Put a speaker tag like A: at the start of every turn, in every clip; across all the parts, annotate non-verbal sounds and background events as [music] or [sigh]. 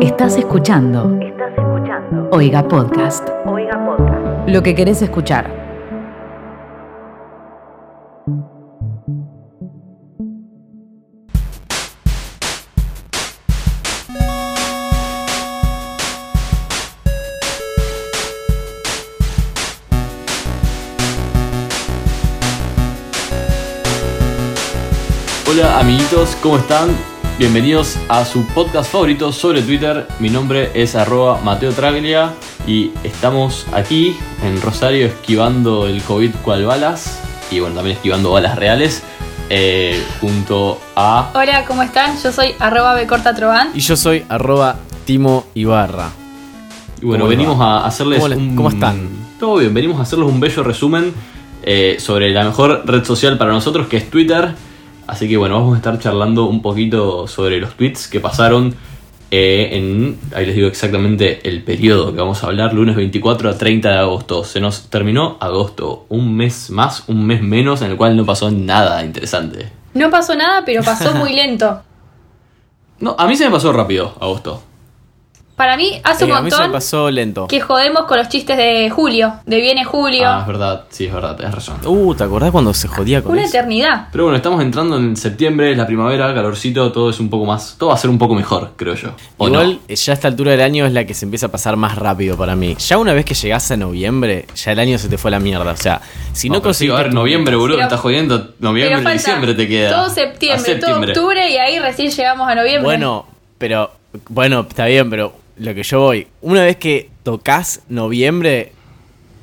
A: Estás escuchando. Estás escuchando. Oiga Podcast. Oiga Podcast. Lo que querés escuchar.
B: Hola amiguitos, ¿cómo están? Bienvenidos a su podcast favorito sobre Twitter. Mi nombre es arroba Mateo Traglia y estamos aquí en Rosario esquivando el COVID cual balas y bueno, también esquivando balas reales eh, junto a...
C: Hola, ¿cómo están? Yo soy arroba becortatroban.
D: Y yo soy arroba Timo Ibarra.
B: y bueno,
D: ¿Cómo les
B: venimos a hacerles
D: ¿Cómo les-
B: un...
D: cómo están?
B: Todo bien, venimos a hacerles un bello resumen eh, sobre la mejor red social para nosotros que es Twitter. Así que bueno, vamos a estar charlando un poquito sobre los tweets que pasaron eh, en, ahí les digo exactamente el periodo que vamos a hablar, lunes 24 a 30 de agosto. Se nos terminó agosto, un mes más, un mes menos, en el cual no pasó nada interesante.
C: No pasó nada, pero pasó
D: [laughs]
C: muy lento.
B: No, a mí se me pasó rápido agosto.
C: Para mí, hace
D: Eh,
C: un
D: a mí se me
C: montón
D: pasó lento.
C: que jodemos con los chistes de Julio, de Viene Julio.
B: Ah, es verdad, sí, es verdad, tenés razón.
D: Uh, ¿te acordás cuando se jodía con
C: Una
D: eso?
C: eternidad.
B: Pero bueno, estamos entrando en septiembre, es la primavera, calorcito, todo es un poco más. Todo va a ser un poco mejor, creo yo. ¿O
D: Igual,
B: no?
D: eh, ya a esta altura del año es la que se empieza a pasar más rápido para mí. Ya una vez que llegás a noviembre, ya el año se te fue a la mierda. O sea, si no,
B: No, pero sí,
D: conseguiste
B: a ver,
D: tu-
B: noviembre, boludo,
C: Pero-
B: me estás jodiendo.
C: pero
B: Noviembre,
C: falta
B: diciembre te queda.
C: Todo
B: A
C: septiembre, todo
B: septiembre.
C: octubre y ahí recién llegamos a noviembre.
D: Bueno, pero. Bueno, está bien, pero lo que yo voy. Una vez que tocas noviembre.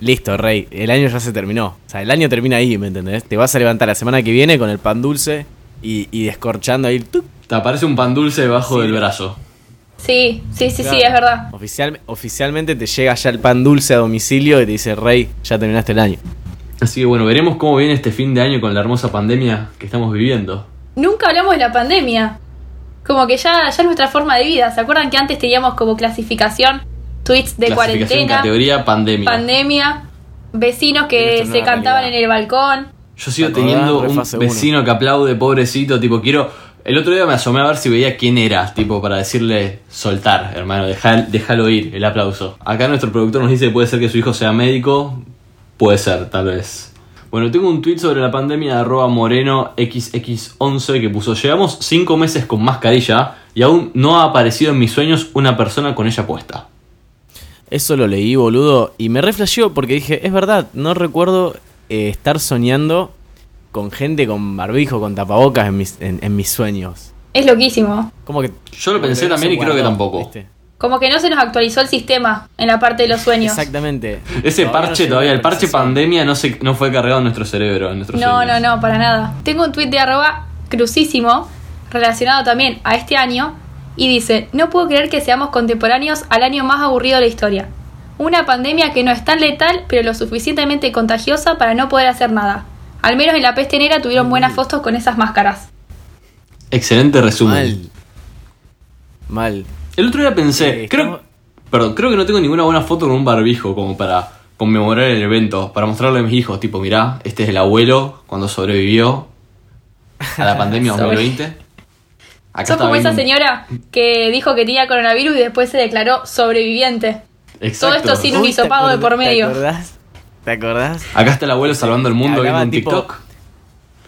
D: Listo, rey. El año ya se terminó. O sea, el año termina ahí, ¿me entendés? Te vas a levantar la semana que viene con el pan dulce y, y descorchando ahí. ¡tuc!
B: Te aparece un pan dulce debajo
D: Sí.
B: del brazo.
C: Sí, sí, sí, sí,
D: Claro.
C: es verdad.
D: Oficial- oficialmente te llega ya el pan dulce a domicilio y te dice, Rey, ya terminaste el año.
B: Así que bueno, veremos cómo viene este fin de año con la hermosa pandemia que estamos viviendo.
C: Nunca hablamos de la pandemia. Como que ya, ya es nuestra forma de vida. ¿Se acuerdan que antes teníamos como clasificación tweets de
B: Clasificación,
C: cuarentena,
B: categoría pandemia.
C: pandemia, vecinos
D: Y
C: que
D: nuestra
C: se
D: nueva
C: cantaban
D: realidad.
C: en el balcón?
B: Yo sigo
D: ¿Te acordás?
B: teniendo
D: Re
B: un
D: fase uno.
B: vecino que aplaude, pobrecito, tipo, quiero... El otro día me asomé a ver si veía quién era, tipo, para decirle, soltar, hermano, deja- déjalo ir, el aplauso. Acá nuestro productor nos dice que puede ser que su hijo sea médico, puede ser, tal vez. Bueno, tengo un tweet sobre la pandemia de arroba moreno xx11 que puso, llevamos 5 meses con mascarilla y aún no ha aparecido en mis sueños una persona con ella puesta.
D: Eso lo leí, boludo, y me reflejó porque dije, es verdad, no recuerdo eh, estar soñando con gente con barbijo, con tapabocas en mis, en, en mis sueños.
C: Es loquísimo.
D: Como que...
B: Yo lo pensé
D: como
B: también
D: se
B: y creo que
D: guardó,
B: tampoco.
D: ¿viste?
C: Como que no se nos actualizó el sistema en la parte de los sueños.
D: Exactamente.
B: Ese parche
D: no
B: todavía, el
D: llegó a la
B: parche
D: actualización.
B: pandemia no, se, no fue cargado en nuestro cerebro, en nuestros
C: No,
B: sueños.
C: no, no, para nada. Tengo un tuit de arroba crucísimo relacionado también a este año y dice, no puedo creer que seamos contemporáneos al año más aburrido de la historia. Una pandemia que no es tan letal, pero lo suficientemente contagiosa para no poder hacer nada. Al menos en la peste negra tuvieron buenas fotos con esas máscaras.
B: Excelente resumen.
D: Mal. Mal.
B: El otro día pensé,
D: Eh,
B: creo,
D: estamos-
B: perdón, creo que no tengo ninguna buena foto con un barbijo como para conmemorar el evento, para mostrarle a mis hijos, tipo, mirá, este es el abuelo cuando sobrevivió a la
C: [laughs]
B: pandemia
C: Sobre-
B: 2020. Acá
C: Sos
B: está
C: como esa
B: bien.
C: señora que dijo que tenía coronavirus y después se declaró sobreviviente.
B: Exacto.
C: todo esto sin un
D: Uy, ¿te
C: hisopado de por
D: acordás-
C: medio.
D: ¿Te acordás? ¿Te acordás?
B: Acá está el abuelo salvando el mundo
D: Hablaba
B: viendo un
D: tipo-
B: TikTok.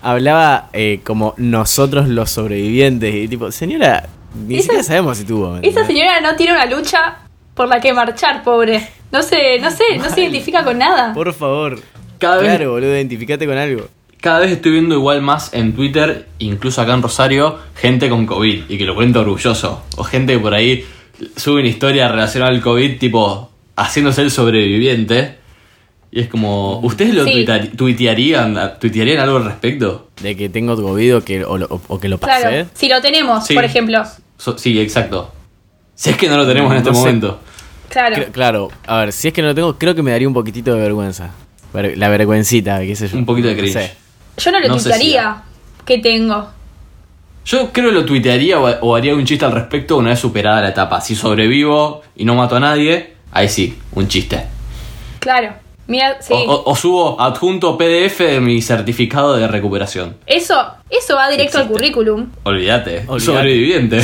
D: Hablaba eh, como nosotros los sobrevivientes y tipo, señora, ni
C: Esa-
D: siquiera sabemos si tuvo. ¿me
C: Esa
D: entendés?
C: señora no tiene una lucha por la que marchar, pobre. No sé, no sé, no se identifica con nada.
D: Por favor.
B: Cada vez-
D: claro, boludo, identificate con algo.
B: Cada vez estoy viendo igual más en Twitter, incluso acá en Rosario, gente con COVID y que lo cuenta orgulloso. O gente que por ahí sube una historia relacionada al COVID, tipo haciéndose el sobreviviente. Y es
D: Mm.
B: como, ¿ustedes lo
C: Sí.
B: tuitar- tuitearían, tuitearían algo al respecto?
D: De que tengo COVID o que, o lo- o- o que lo pasé.
C: Claro, si lo tenemos,
B: Sí.
C: por ejemplo.
B: So- sí, exacto. Si es que no lo tenemos en
D: Mm, No
B: este
D: sé.
B: momento.
C: Claro.
D: Cre- claro, a ver, si es que no lo tengo, creo que me daría un poquitito de vergüenza. Ver- La vergüencita, qué sé yo.
B: Un poquito de
D: No
B: cringe.
D: sé.
C: Yo no lo
B: No sé si-
C: tuitearía que tengo.
B: Yo creo que lo tuitearía o, o haría un chiste al respecto una vez superada la etapa. Si sobrevivo y no mato a nadie, ahí sí, un chiste.
C: Claro. Mira, sí.
B: O, o- o subo adjunto PDF de mi certificado de recuperación.
C: Eso, eso va directo al
D: Existe.
C: currículum.
B: Olvídate,
D: Olvídate.
B: sobreviviente.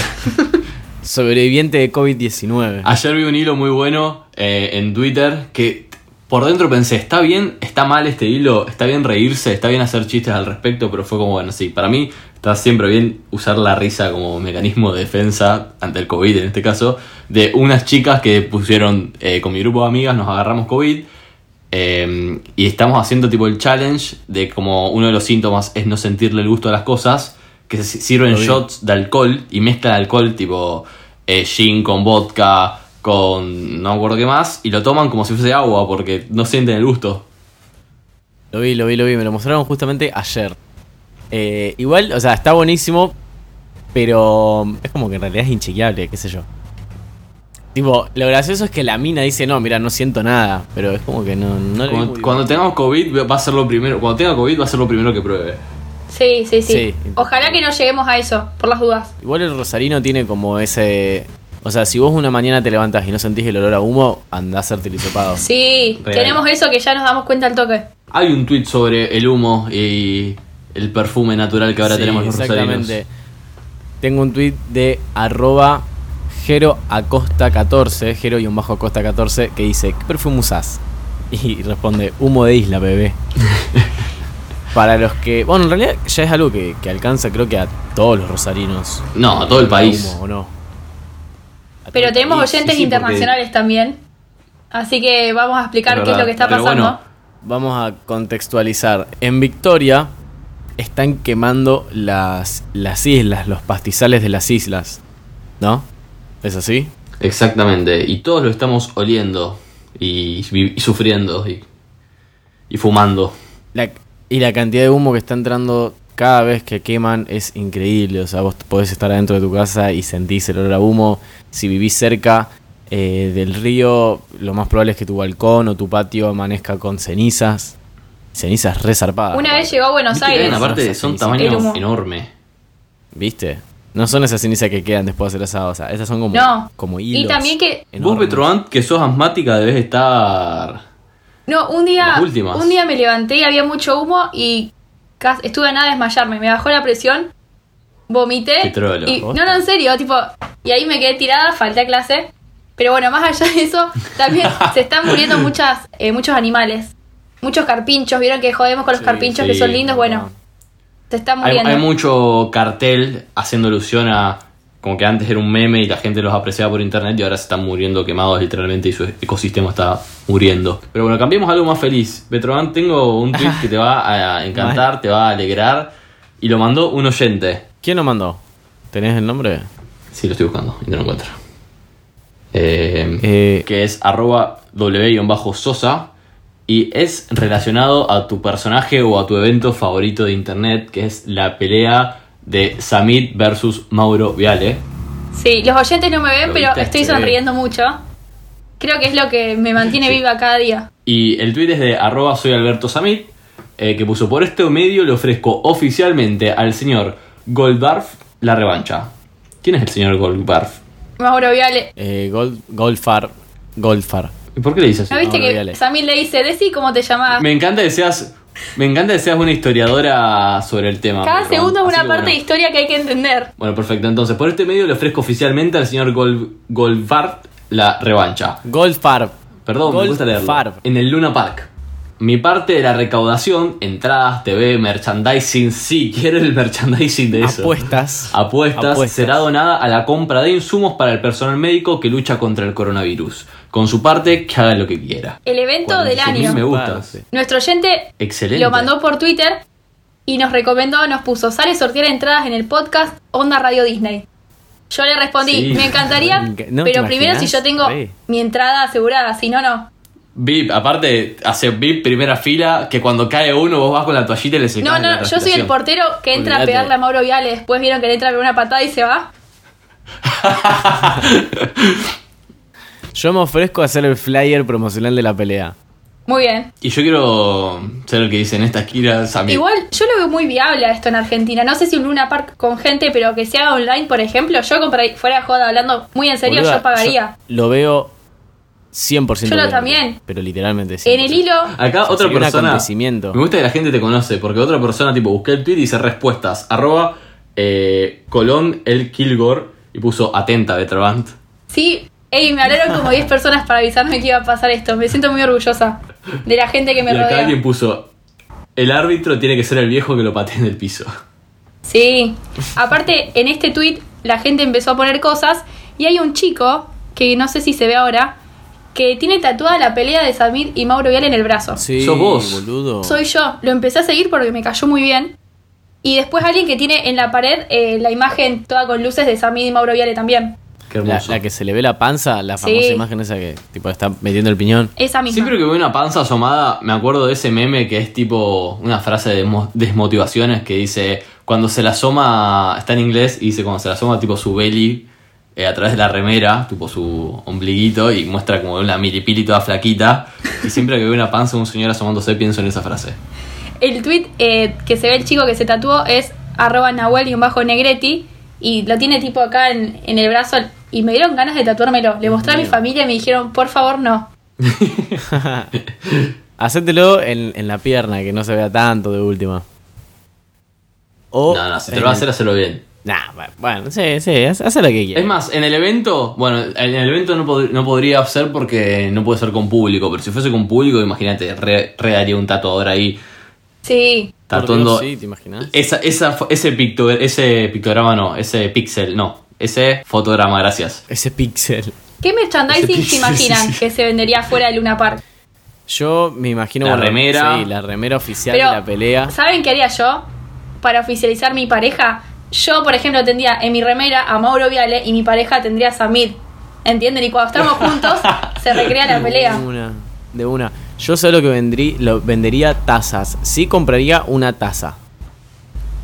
D: sobreviviente de COVID-19.
B: Ayer vi un hilo muy bueno eh, en Twitter que por dentro pensé, ¿está bien? ¿Está mal este hilo? ¿Está bien reírse? ¿Está bien hacer chistes al respecto? Pero fue como, bueno, sí, para mí está siempre bien usar la risa como mecanismo de defensa ante el COVID en este caso, de unas chicas que pusieron eh, con mi grupo de amigas, nos agarramos COVID. eh, y estamos haciendo tipo el challenge de como uno de los síntomas es no sentirle el gusto a las cosas, que se sirven
D: Lo vi.
B: shots de alcohol y mezclan alcohol tipo eh, gin con vodka, con no me acuerdo qué más, y lo toman como si fuese agua porque no sienten el gusto.
D: Lo vi, lo vi, lo vi. Me lo mostraron justamente ayer. Eh, igual, o sea, está buenísimo. Pero es como que en realidad es inchequeable, qué sé yo. Tipo, lo gracioso es que la mina dice, no, mira, no siento nada. Pero es como que no, no le vi
B: Cuando,
D: muy
B: cuando tengamos COVID va a ser lo primero, cuando tenga COVID va a ser lo primero que pruebe.
C: Sí, sí, sí,
D: Sí.
C: Ojalá que no lleguemos a eso, por las dudas.
D: Igual el rosarino tiene como ese. O sea, si vos una mañana te levantás y no sentís el olor a humo, andás a hacerte el hisopado.
C: Sí,
B: Real.
C: tenemos eso que ya nos damos cuenta al toque.
B: Hay un tweet sobre el humo y el perfume natural que ahora
D: Sí,
B: tenemos los rosarinos.
D: Exactamente. Tengo un tweet de arroba Jero Acosta 14, Jero y un bajo Acosta 14, que dice, ¿qué perfume usás? [laughs] Y responde, humo de isla,
B: [laughs]
D: bebé. Para los que... Bueno, en realidad ya es algo que, que alcanza creo que a todos los rosarinos.
B: No, a todo el país.
D: Humo, ¿o no? A todo
C: Pero
D: el
C: tenemos
D: país.
C: oyentes
B: sí, porque-
C: internacionales también. Así que vamos a explicar
B: Es
C: qué es
B: verdad,
C: lo que está
B: pero
C: pasando.
B: bueno.
D: Vamos a contextualizar. En Victoria están quemando las, las islas, los pastizales de las islas. ¿No? ¿Es así?
B: Exactamente. Y todos lo estamos oliendo y, vi- y sufriendo y, y fumando.
D: La- y la cantidad de humo que está entrando cada vez que queman es increíble. O sea, vos podés estar adentro de tu casa y sentís el olor a humo. Si vivís cerca eh, del río, lo más probable es que tu balcón o tu patio amanezca con cenizas. Cenizas
B: ah,
D: resarpadas.
C: Una vez llegó a Buenos
B: Viste que hay
C: Aires.
B: una parte
D: Buenos
B: son
D: Aires.
C: El humo.
B: tamaños enormes.
D: ¿Viste? No son esas cenizas que quedan después de hacer asado. O sea, esas son como,
C: No.
D: como
C: Y
D: hilos.
C: también que-
B: Vos,
D: enormes.
B: Petroant, que sos asmática, debes estar.
C: No, un día,
B: Las últimas.
C: un día me levanté y había mucho humo y cas- estuve a nada de desmayarme. Me bajó la presión,
B: Qué
C: vomité.
B: trolo.
C: y, no, no, en serio, tipo, y ahí me quedé tirada, falté a clase. Pero bueno, más allá de eso,
B: [laughs]
C: también se están muriendo muchas, eh, muchos animales. Muchos carpinchos, vieron que jodemos con los
D: Sí,
C: carpinchos que
B: sí,
C: son lindos, bueno, se están
B: Hay,
C: muriendo.
B: hay mucho cartel haciendo alusión a. Como que antes era un meme y la gente los apreciaba por internet y ahora se están muriendo quemados literalmente y su ecosistema está muriendo. Pero bueno, cambiemos a algo más feliz. Petroant, tengo un tweet que te va a encantar, te va a alegrar. Y lo mandó un oyente.
D: ¿Quién lo mandó? ¿Tenés el nombre?
B: Sí, lo estoy buscando y no lo encuentro. Eh,
D: Eh,
B: que es arroba w-sosa y es relacionado a tu personaje o a tu evento favorito de internet, que es la pelea de Samit versus Mauro Viale.
C: Sí, los oyentes no me ven,
B: Lo
C: pero
B: viste,
C: estoy
B: se ve.
C: sonriendo mucho. Creo que es lo que me mantiene viva cada día.
B: Y el tweet es de arroba soy Alberto Samit, eh, que puso por este medio le ofrezco oficialmente al señor Goldbarf la revancha. ¿Quién es el señor Goldbarf?
C: Mauro Viale,
D: eh, Gold, Goldfar. Goldfar.
B: ¿Y por qué le dices
C: ¿No
B: así?
C: viste
D: Mauro
C: que
D: Viale.
C: Samir le dice, Desi, ¿cómo te llamás?
B: Me encanta que seas. Me encanta que seas una historiadora sobre el tema.
C: Cada
B: Pedro.
C: segundo es
B: Así
C: una
B: que
C: parte de
B: Ah, bueno.
C: historia que hay que entender.
B: Bueno, perfecto. Entonces, por este medio le ofrezco oficialmente al señor Gol Golvart la revancha.
D: Goldfar.
B: Perdón, me gusta leerlo.
D: Goldfarb.
B: En el Luna Park. Mi parte de la recaudación, entradas, TV, merchandising, sí, quiero el merchandising de eso.
D: Apuestas.
B: Apuestas,
D: Apuestas.
B: será donada a la compra de insumos para el personal médico que lucha contra el coronavirus. Con su parte, que haga lo que quiera.
C: El evento del
B: 46.000
C: año.
B: me gustas.
D: Parte.
C: Nuestro oyente
B: Excelente.
C: lo mandó por Twitter y nos recomendó, nos puso, sale sortear entradas en el podcast Onda Radio Disney. Yo le respondí,
B: Sí.
C: me encantaría,
D: [laughs] No te
C: pero primero
D: imaginas,
C: si yo tengo
D: re.
C: mi entrada asegurada, si no, no.
B: VIP, aparte, hace VIP primera fila, que cuando cae uno vos vas con la toallita y le secás
C: No, no,
B: la
C: yo soy el
B: transpiración.
C: portero que entra
D: Olvídate.
C: a pegarle a Mauro Viale, después vieron que le entra a pegar una patada y se va.
D: Yo me ofrezco a hacer el flyer promocional de la pelea.
C: Muy bien.
B: Y yo quiero ser el que dice en esta esquina Samir.
C: Igual yo lo veo muy viable a esto en Argentina. No sé si un Luna Park con gente, pero que se haga online, por ejemplo, yo compraría, fuera de joda hablando muy en serio,
D: Boluda,
C: yo pagaría.
D: yo lo veo
C: Yo
D: 100%
C: lo
D: viable,
C: también.
D: Pero literalmente sí.
C: en el hilo,
B: Acá
D: Sí,
B: otra
D: sería un
B: persona.
D: acontecimiento.
B: Me gusta que la gente te conoce, porque otra persona, tipo, busqué el tweet y dice respuestas. Arroba eh, Colón el Kilgore y puso atenta de Trabant.
C: Sí, ey, me hablaron como 10 personas para avisarme que iba a pasar esto. Me siento muy orgullosa de la gente que me
B: y acá
C: rodea.
B: alguien puso, el árbitro tiene que ser el viejo que lo patee en el piso.
C: Sí. Aparte, en este tweet la gente empezó a poner cosas y hay un chico, que no sé si se ve ahora, que tiene tatuada la pelea de Samir y Mauro Vial en el brazo.
D: Sí,
B: Sos vos.
D: boludo.
C: Soy yo, lo empecé a seguir porque me cayó muy bien. Y después alguien que tiene en la pared eh, la imagen toda con luces de Samir y Mauro Viale también.
B: Qué
D: la,
B: hermoso.
D: la que se le ve la panza, la
C: Sí.
D: famosa imagen esa que tipo está metiendo el piñón.
C: Esa misma.
B: Siempre que veo una panza asomada, me acuerdo de ese meme que es tipo una frase de mo- desmotivaciones que dice, cuando se la asoma, está en inglés, y dice cuando se la asoma tipo su belly eh, a través de la remera, tipo su ombliguito, y muestra como una milipili toda flaquita. Y siempre que veo una panza de un señor asomándose, pienso en esa frase.
C: El tweet eh, que se ve el chico que se tatuó es arroba Nahuel y un bajo Negretti. Y lo tiene tipo acá en, en el brazo. Y me dieron ganas de tatuármelo. Le mostré a mi familia y me dijeron, por favor, no.
D: [laughs] Hacételo en, en la pierna, que no se vea tanto de última. O
B: no, no, si te lo vas a hacer, hazlo bien.
D: Nah, bueno, sí, sí, haz, haz lo que quieras.
B: Es más, en el evento, bueno, en el evento no, pod- no podría ser porque no puede ser con público, pero si fuese con público, imagínate, re, re daría un tatuador ahí
C: Sí.
D: Por
B: tatuando
D: Dios, Sí, ¿te imaginas?
B: Esa, esa, fo- ese, picto- ese pictograma no, ese pixel no, ese fotograma, gracias.
D: Ese pixel.
C: ¿Qué merchandising se imaginan que se vendería fuera de Luna Park?
D: Yo me imagino.
B: La remera.
D: Sí, la remera oficial
C: Pero,
D: de la pelea.
C: ¿Saben qué haría yo para oficializar mi pareja? Yo, por ejemplo, tendría en mi remera a Mauro Viale y mi pareja tendría a Samir. ¿Entienden? Y cuando estamos
D: [laughs]
C: juntos, se recrea la pelea.
D: De una. De una. Yo sé lo que vendrí, lo, vendería tazas. Sí compraría una taza.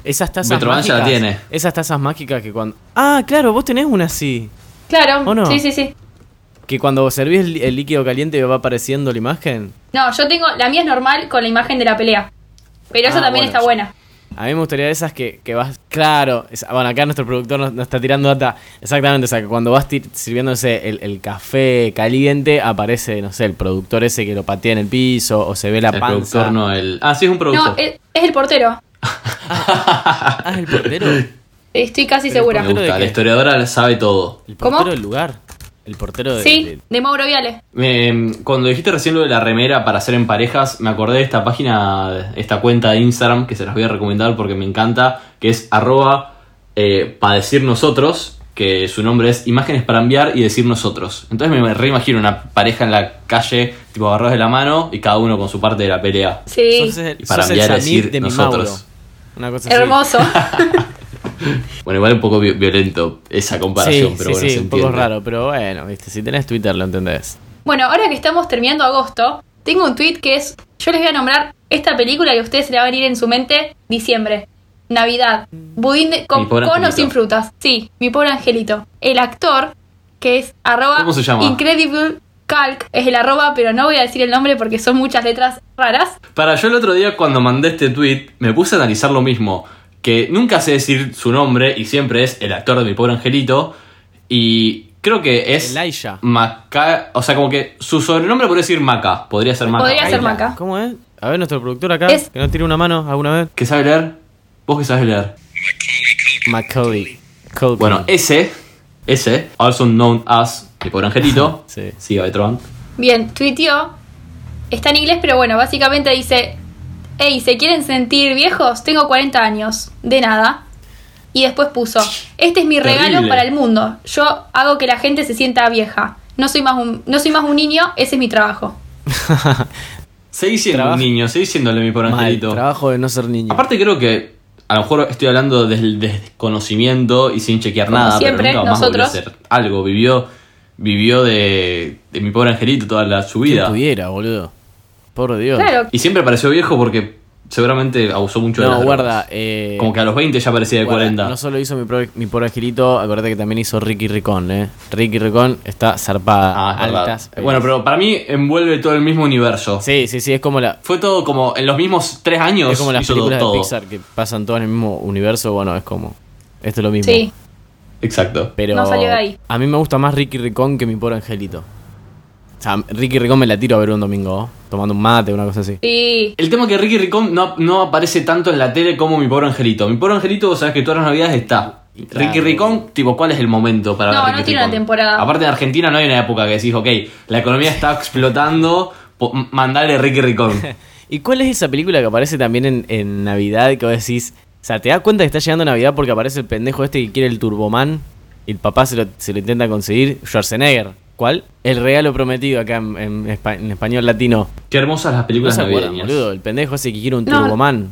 D: Esas tazas
B: Metroman
D: mágicas.
B: ya la tiene.
D: Esas tazas mágicas que cuando. Ah, claro, vos tenés una así.
C: Claro,
D: ¿O no?
C: sí, sí, sí.
D: Que cuando servís el, el líquido caliente va apareciendo la imagen.
C: No, yo tengo, la mía es normal con la imagen de la pelea. Pero esa
D: Ah,
C: también
D: bueno,
C: está
D: sí.
C: buena.
D: A mí me gustaría esas que, que vas. Claro. esa- bueno, acá nuestro productor nos, nos está tirando data. Exactamente. O sea, que cuando vas tir- sirviéndose el, el café caliente, aparece, no sé, el productor ese que lo patea en el piso o se ve la
B: el
D: panza.
B: productor no, el. Ah, sí, es un productor. [laughs]
C: No, es, es el portero.
D: Ah, el portero.
B: [laughs]
C: Estoy casi
D: Pero
C: segura.
B: Me
D: ¿Portero de
B: gusta,
D: qué?
B: la historiadora sabe todo.
D: El
C: ¿Cómo?
D: portero del lugar. El portero de.
C: Sí,
D: de-
C: de Mauro Viale.
B: Me- Em, cuando dijiste recién lo de la remera para hacer en parejas, me acordé de esta página, esta cuenta de Instagram que se las voy a recomendar porque me encanta, que es arroba eh, para decir nosotros, que su nombre es imágenes para enviar y decir nosotros. Entonces me reimagino una pareja en la calle, tipo agarrados de la mano y cada uno con su parte de la pelea.
C: Sí,
D: Sos el-
B: Y para
D: sos el
B: enviar a
D: Samir
B: decir
D: mi
B: nosotros.
D: Mauro. Una cosa así.
C: hermoso.
D: [laughs]
B: Bueno, igual un poco vi- violento esa
D: Sí,
B: comparación,
D: sí,
B: pero bueno,
D: sí,
B: se
D: un poco
B: entiende.
D: raro, pero bueno, viste, si tenés Twitter lo entendés.
C: Bueno, ahora que estamos terminando agosto, tengo un tweet que es, yo les voy a nombrar esta película que a ustedes se le va a venir en su mente diciembre, Navidad, budín de- con,
B: Mi pobre
C: con o
B: angelito.
C: sin frutas. Sí, mi pobre angelito. El actor, que es arroba
B: ¿Cómo se llama?
C: Incredible Calc, es el arroba, pero no voy a decir el nombre porque son muchas letras raras.
B: Para yo el otro día cuando mandé este tweet me puse a analizar lo mismo, que nunca sé decir su nombre y siempre es el actor de mi pobre angelito y creo que es
D: Elijah.
B: Maca, o sea, como que su sobrenombre podría decir Maca, podría ser Maca.
C: Podría ser
B: Ayla.
C: Maca.
D: ¿Cómo es? A ver, nuestro productor acá,
C: Es-
D: que no tire una mano alguna vez.
B: ¿Qué sabe leer? ¿Vos qué sabes leer?
D: Macaulay. Culkin.
B: Bueno, ese, ese, also known as mi pobre angelito.
D: [laughs] Sí.
B: Siga Betron.
C: Bien, tuiteó, está en inglés, pero bueno, básicamente dice, hey, ¿se quieren sentir viejos? Tengo 40 años, de nada. Y después puso, este es mi
B: Terrible.
C: regalo para el mundo, yo hago que la gente se sienta vieja. No soy más un, no soy más un niño, ese es mi trabajo.
B: eh,
D: [laughs]
B: Seguí siendo
D: Trabaja-
B: un niño, seguí siéndole mi pobre
D: Mal,
B: angelito.
D: trabajo de no ser niño.
B: Aparte creo que a lo mejor estoy hablando desde el desconocimiento y sin chequear
C: Como
B: nada,
C: siempre,
B: pero nunca más volvió a
C: nosotros.
B: hacer algo. Vivió, vivió de, de mi pobre angelito toda la, su
D: ¿Quién
B: vida.
D: pudiera, boludo. Por Dios.
C: Claro,
B: Y siempre pareció viejo porque seguramente abusó mucho de
D: No,
B: las
D: guarda.
B: drogas.
D: Eh,
B: Como que a los 20 ya parecía de
D: guarda,
B: 40.
D: No solo hizo mi, pro- mi pobre angelito, acuérdate que también hizo Ricky Ricón, eh. Ricky Ricón está zarpada.
B: Ah, es verdad.
D: altas. pues.
B: Bueno, pero para mí envuelve todo el mismo universo.
D: Sí, sí, sí, es como la,
B: Fue todo como en los mismos tres años
D: Es como las
B: hizo
D: películas
B: todo.
D: de Pixar que pasan todas en el mismo universo. Bueno, es como. Esto es lo mismo.
C: sí,
B: Exacto.
D: Pero
C: No salió de ahí.
D: A mí me gusta más Ricky Ricón que mi pobre angelito. O sea, Ricky Ricón me la tiro a ver un domingo, ¿oh? tomando un mate, una cosa así.
C: sí.
B: El tema es que Ricky Ricón no, no aparece tanto en la tele como mi pobre angelito. Mi pobre angelito, vos sabés que todas las navidades está.
D: Claro.
B: Ricky Ricón, tipo, ¿cuál es el momento para
C: No,
B: ver
C: no
B: Ricky
C: tiene una
B: Ricón?
C: temporada.
B: Aparte en Argentina no hay una época que decís, ok, la economía está explotando, po- m- mandale Ricky Ricón.
D: [laughs] ¿Y cuál es esa película que aparece también en, en Navidad que vos decís? O sea, ¿te das cuenta que está llegando Navidad porque aparece el pendejo este que quiere el Turboman? Y el papá se lo, se lo intenta conseguir. Schwarzenegger. ¿Cuál? El regalo prometido acá en, en espa- en español latino.
B: Qué hermosas las
D: No
B: películas
D: se acuerdan,
B: navideñas.
D: boludo. El pendejo ese que quiere un
C: No.
D: Turboman.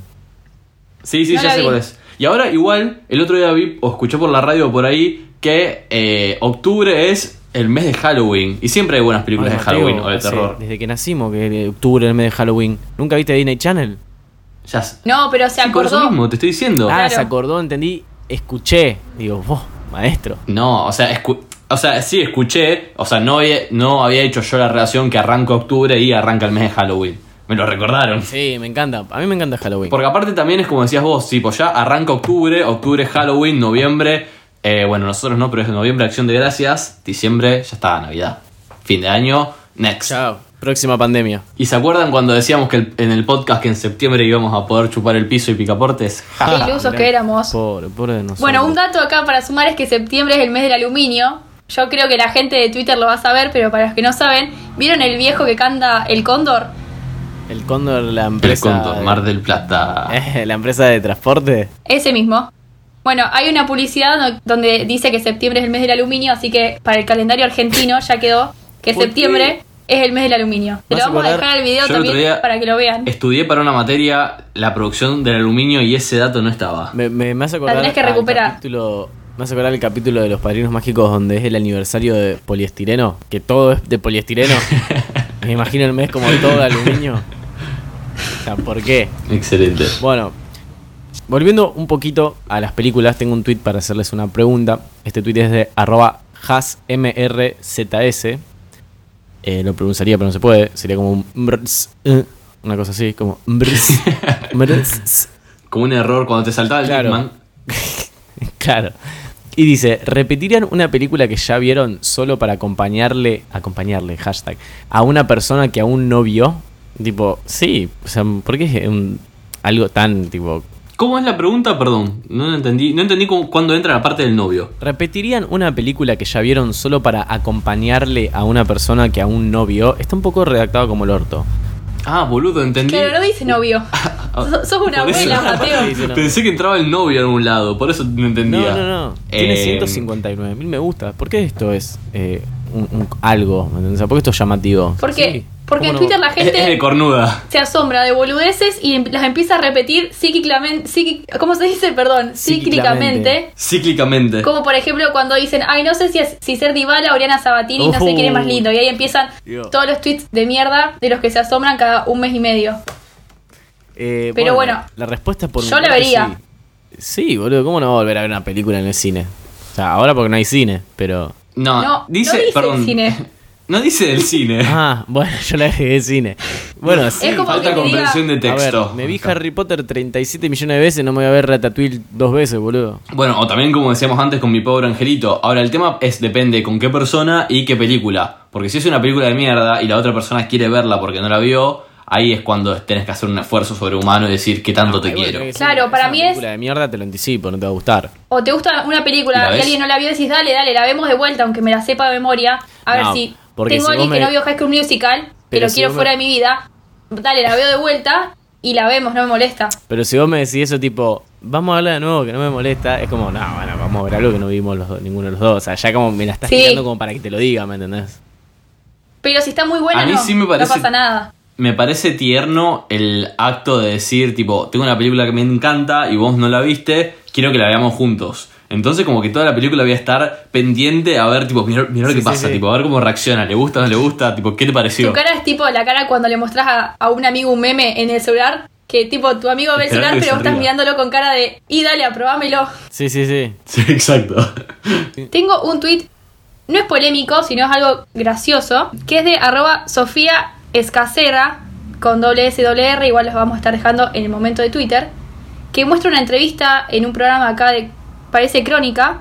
B: Sí, sí,
C: No
B: ya
C: la
B: sé
C: vi.
B: cuál es. Y ahora igual, el otro día vi o escuché por la radio por ahí que eh, octubre es el mes de Halloween. Y siempre hay buenas películas
D: Ay,
B: de
D: Mateo,
B: Halloween o de
D: hace-
B: terror.
D: Ah, Desde que nacimos, que de octubre, el mes de Halloween. ¿Nunca viste Disney Channel?
B: Ya sé.
C: No, pero se
B: Sí, por eso
C: acordó.
B: mismo, te estoy diciendo.
D: Ah,
C: Claro.
D: se acordó, entendí. Escuché. Digo, vos, maestro.
B: No, o sea, escu- o sea, sí escuché, o sea, no había, no había hecho yo la relación que arranca octubre y arranca el mes de Halloween. Me lo recordaron.
D: Sí, me encanta. A mí me encanta Halloween.
B: Porque aparte también es como decías vos, tipo, ya arranca octubre, octubre es Halloween, noviembre, eh, bueno, nosotros no, pero es noviembre Acción de Gracias, diciembre ya está Navidad. Fin de año, next.
D: Chao. Próxima pandemia.
B: ¿Y se acuerdan cuando decíamos que el- en el podcast que en septiembre íbamos a poder chupar el piso y picaportes? Ja.
C: Qué ilusos que éramos.
D: Pobre, pobre de nosotros.
C: Bueno, un dato acá para sumar es que septiembre es el mes del aluminio. Yo creo que la gente de Twitter lo va a saber, pero para los que no saben, ¿vieron el viejo que canta El Cóndor?
D: El Cóndor, la
B: El
D: empresa.
B: Cóndor, Mar del Plata.
D: Eh, [laughs] la empresa de transporte.
C: Ese mismo. Bueno, hay una publicidad no- donde dice que septiembre es el mes del aluminio, así que para el calendario argentino ya quedó que
D: ¿Por qué?
C: septiembre es el mes del aluminio. Te lo
D: Vas a
C: vamos a
D: acordar-
C: dejar el video
B: Yo el otro
C: también
B: día-
C: para que lo vean.
B: Estudié para una materia la producción del aluminio y ese dato no estaba.
D: Me, me, me hace acordar.
C: tenés que
D: al
C: recuperar.
D: capítulo- me hace acordar el capítulo de los padrinos mágicos donde es el aniversario de poliestireno. Que todo es
B: [laughs]
D: de poliestireno. me imagino el mes como todo de aluminio. O sea, ¿por qué?
B: Excelente.
D: Bueno, volviendo un poquito a las películas, tengo un tweet para hacerles una pregunta. Este tweet es de arroba hasmrzs. Eh, lo pronunciaría, pero no se puede. Sería como un mrz, eh, una cosa así, como mrz, mrz,
B: Como un error cuando te saltaba el
D: Claro.
B: Discman.
D: Claro. Y dice, ¿repetirían una película que ya vieron solo para acompañarle, acompañarle, hashtag, a una persona que aún no vio? Tipo, sí, o sea, ¿por qué es un- algo tan, tipo,
B: ¿Cómo es la pregunta? Perdón, no la entendí. No entendí cómo- cuándo entra la parte del novio.
D: ¿Repetirían una película que ya vieron solo para acompañarle a una persona que aún no vio? Está un poco redactado como el orto.
B: Ah, boludo, entendí.
C: Claro, no
B: [laughs]
C: dice novio. So- [laughs] sos una
B: Ah, Por eso- [laughs]
C: abuela, Mateo.
B: Pensé que entraba el novio en algún lado, por eso no
D: No,
B: entendía.
D: no, no. Tiene
B: Eh,
D: 159 mil me gusta. ¿Por qué esto es eh, un, un algo? ¿Me entendés? O sea, ¿Por qué esto es llamativo?
C: Porque,
D: Sí.
C: porque
D: ¿Cómo
C: en
D: no?
C: Twitter
B: [laughs]
C: la
B: Es,
C: gente
B: es de cornuda.
C: se asombra de boludeces y em- las empieza a repetir psíquicamente, psíquic- ¿cómo se dice? Perdón,
D: Cíclicamente.
C: cíclicamente.
D: [laughs]
B: Cíclicamente.
C: Como por ejemplo cuando dicen, ay, no sé si, es, si ser Dybala o Oriana Sabatini, no sé quién es más lindo. Y ahí empiezan
D: Dios.
C: todos los tweets de mierda de los que se asombran cada un mes y medio.
D: Eh,
C: Pero bueno,
D: la respuesta es por mi
C: yo la
D: parte
C: vería.
D: Sí. Sí, boludo, ¿cómo no va a volver a ver una película en el cine? O sea, ahora porque no hay cine, pero...
B: No,
C: No,
B: dice,
C: no dice
B: perdón,
C: el cine.
B: [laughs] No dice el cine.
D: Ah, bueno, yo la agregué cine. Bueno, sí.
C: es como
B: Falta
C: que te diga,
B: comprensión de texto.
D: A ver, me vi Harry Potter 37 millones de veces, no me voy a ver Ratatouille dos veces, boludo.
B: Bueno, o también como decíamos antes con mi pobre angelito. Ahora, el tema es depende con qué persona y qué película. Porque si es una película de mierda y la otra persona quiere verla porque no la vio, ahí es cuando tenés que hacer un esfuerzo sobrehumano y decir qué tanto te
D: Ay, bueno,
B: quiero.
D: es
C: Claro,
D: una-
C: para
D: una
C: mí
D: película
C: es-
D: de mierda te lo anticipo, no te va a gustar.
C: O te gusta una
B: ¿La
C: película y
B: ves?
C: alguien no la vio y decís, dale, dale, la vemos de vuelta, aunque me la sepa de memoria. A ver
D: No,
C: si
D: porque
C: tengo
D: si
C: alguien
D: vos
C: que
D: me-
C: no vio High School Musical, que
D: Pero
C: lo
D: si
C: quiero
D: vos me-
C: fuera de mi vida, dale, la veo de vuelta y la vemos, no me molesta.
D: Pero si vos me decís eso tipo, vamos a hablar de nuevo, que no me molesta, es como, no, bueno, vamos a ver algo que no vimos los dos- ninguno de los dos. O sea, ya como me la estás
C: Sí.
D: tirando como para que te lo diga, ¿me entendés?
C: Pero si está muy buena,
B: A mí
C: no,
B: sí me
C: no
B: parece-
C: pasa nada.
B: Me parece tierno el acto de decir, tipo, tengo una película que me encanta y vos no la viste, quiero que la veamos juntos. Entonces, como que toda la película voy a estar pendiente a ver, tipo, mirar, mirar
D: Sí,
B: qué
D: sí,
B: pasa,
D: sí.
B: tipo, a ver cómo reacciona, le gusta, no le gusta, tipo, ¿qué te pareció?
C: Tu cara es tipo la cara cuando le mostrás a, a un amigo un meme en el celular, que tipo tu amigo ve el
B: Esperá
C: celular,
B: que
C: pero
B: se
C: vos estás
B: ría.
C: mirándolo con cara de, y dale, aprobámelo.
D: Sí, sí, sí.
B: [laughs] Sí, exacto.
C: Tengo un tweet, no es polémico, sino es algo gracioso, que es de arroba Sofía Escacera, con doble S, doble R, igual los vamos a estar dejando en el momento de Twitter, que muestra una entrevista en un programa acá de, parece crónica,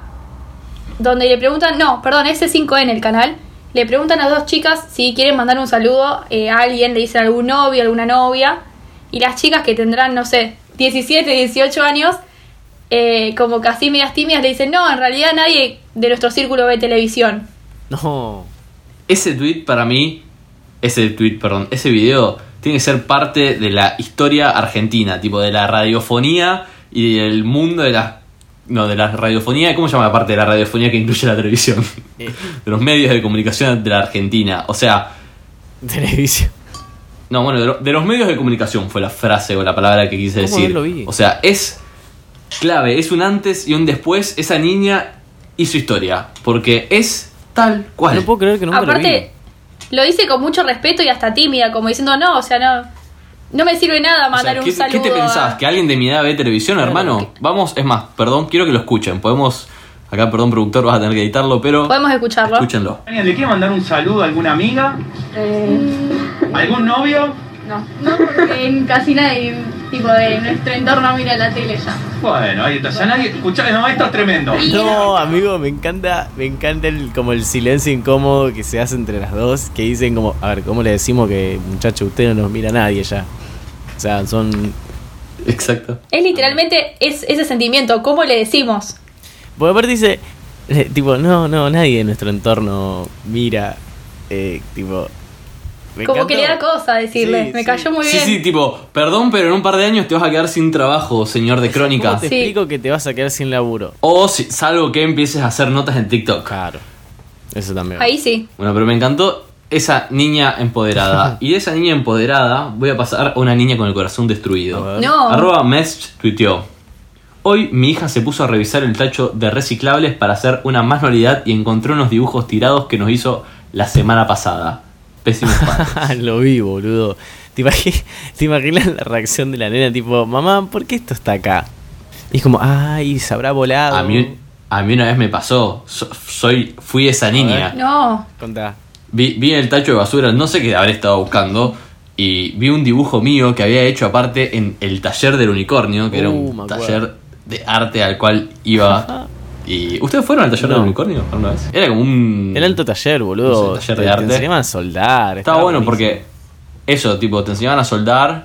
C: donde le preguntan, no, perdón, ese 5 en el canal, le preguntan a dos chicas si quieren mandar un saludo eh, a alguien, le dicen algún novio, alguna novia, y las chicas que tendrán, no sé, 17, 18 años, eh, como casi medias tímidas, le dicen, no, en realidad nadie de nuestro círculo ve televisión.
D: No. [laughs]
B: Ese tweet para mí, ese tweet, perdón, ese video tiene que ser parte de la historia argentina, tipo de la radiofonía y del mundo de las no, de la radiofonía, ¿cómo se llama la parte de la radiofonía que incluye la televisión?
D: Eh.
B: [laughs] De los medios de comunicación de la Argentina. O sea,
D: Televisión.
B: no, bueno, de, lo- de los medios de comunicación fue la frase o la palabra que quise
D: ¿Cómo
B: decir.
D: no lo vi?
B: O sea, es clave, es un antes y un después. Esa niña y su historia, porque es tal cual.
D: No puedo creer que nunca
C: Aparte, lo dice con mucho respeto y hasta tímida, como diciendo, no, o sea, no, no me sirve nada
B: O sea,
C: mandar
B: ¿qué,
C: un saludo.
B: qué te pensás?
C: a-
B: ¿Que alguien de mi edad ve televisión, hermano? Vamos, es más, perdón, quiero que lo escuchen. Podemos. Acá, perdón, productor, vas a tener que editarlo, pero.
C: Podemos escucharlo.
B: Escúchenlo.
E: Daniel, ¿Le quiere mandar un saludo a alguna amiga? ¿Algún novio?
F: No, no porque casi nadie tipo de nuestro entorno mira la tele ya.
E: Bueno, ahí está. Ya nadie. Escuchá, no, esto es tremendo.
D: lo vi. No, amigo, me encanta, me encanta el, como el silencio incómodo que se hace entre las dos, que dicen como, a ver, ¿cómo le decimos que muchacho usted no nos mira a nadie ya? O sea, son
B: Exacto.
C: Es literalmente es, ese sentimiento, ¿cómo le decimos?
D: Porque aparte dice, eh, tipo, no, no, nadie en nuestro entorno mira, eh, tipo... me
C: Como que le da
D: encantó.
C: cosa decirle.
D: Sí,
C: me
D: sí.
C: cayó muy
B: Sí,
C: bien.
B: sí, tipo, perdón, pero en un par de años te vas a quedar sin trabajo, señor de
D: ¿Cómo
B: crónica.
D: te
C: Sí.
D: explico que te vas a quedar sin laburo?
B: O si- salvo que empieces a hacer notas en TikTok.
D: Claro. Eso también.
C: Ahí sí.
B: Bueno, pero me encantó esa niña empoderada.
D: [laughs]
B: y de esa niña empoderada voy a pasar a una niña con el corazón destruido.
D: A ver.
C: No.
B: Arroba Mesh tuiteó. Hoy mi hija se puso a revisar el tacho de reciclables para hacer una manualidad y encontró unos dibujos tirados que nos hizo la semana pasada. Pésimos padres.
D: [laughs] Lo vi, boludo. ¿Te, imagi- te imaginas la reacción de la nena? Tipo, mamá, ¿por qué esto está acá? Y es como, ay, se habrá volado.
B: A mí, a mí una vez me pasó. So- soy, fui esa niña.
C: No.
D: Contá.
B: Vi, vi en el tacho de basura, no sé qué habré estado buscando. Y vi un dibujo mío que había hecho aparte en el taller del unicornio, que era
D: Uh,
B: un
D: me acuerdo.
B: taller de arte al cual iba. y ¿Ustedes fueron al taller
D: No.
B: del unicornio alguna vez? Era como un.
D: El alto taller,
B: No
D: boludo.
B: sé, taller
D: Te-
B: de
D: te
B: arte.
D: enseñaban a soldar.
B: Estaba bueno
D: buenísimo.
B: porque eso, tipo, te enseñaban a soldar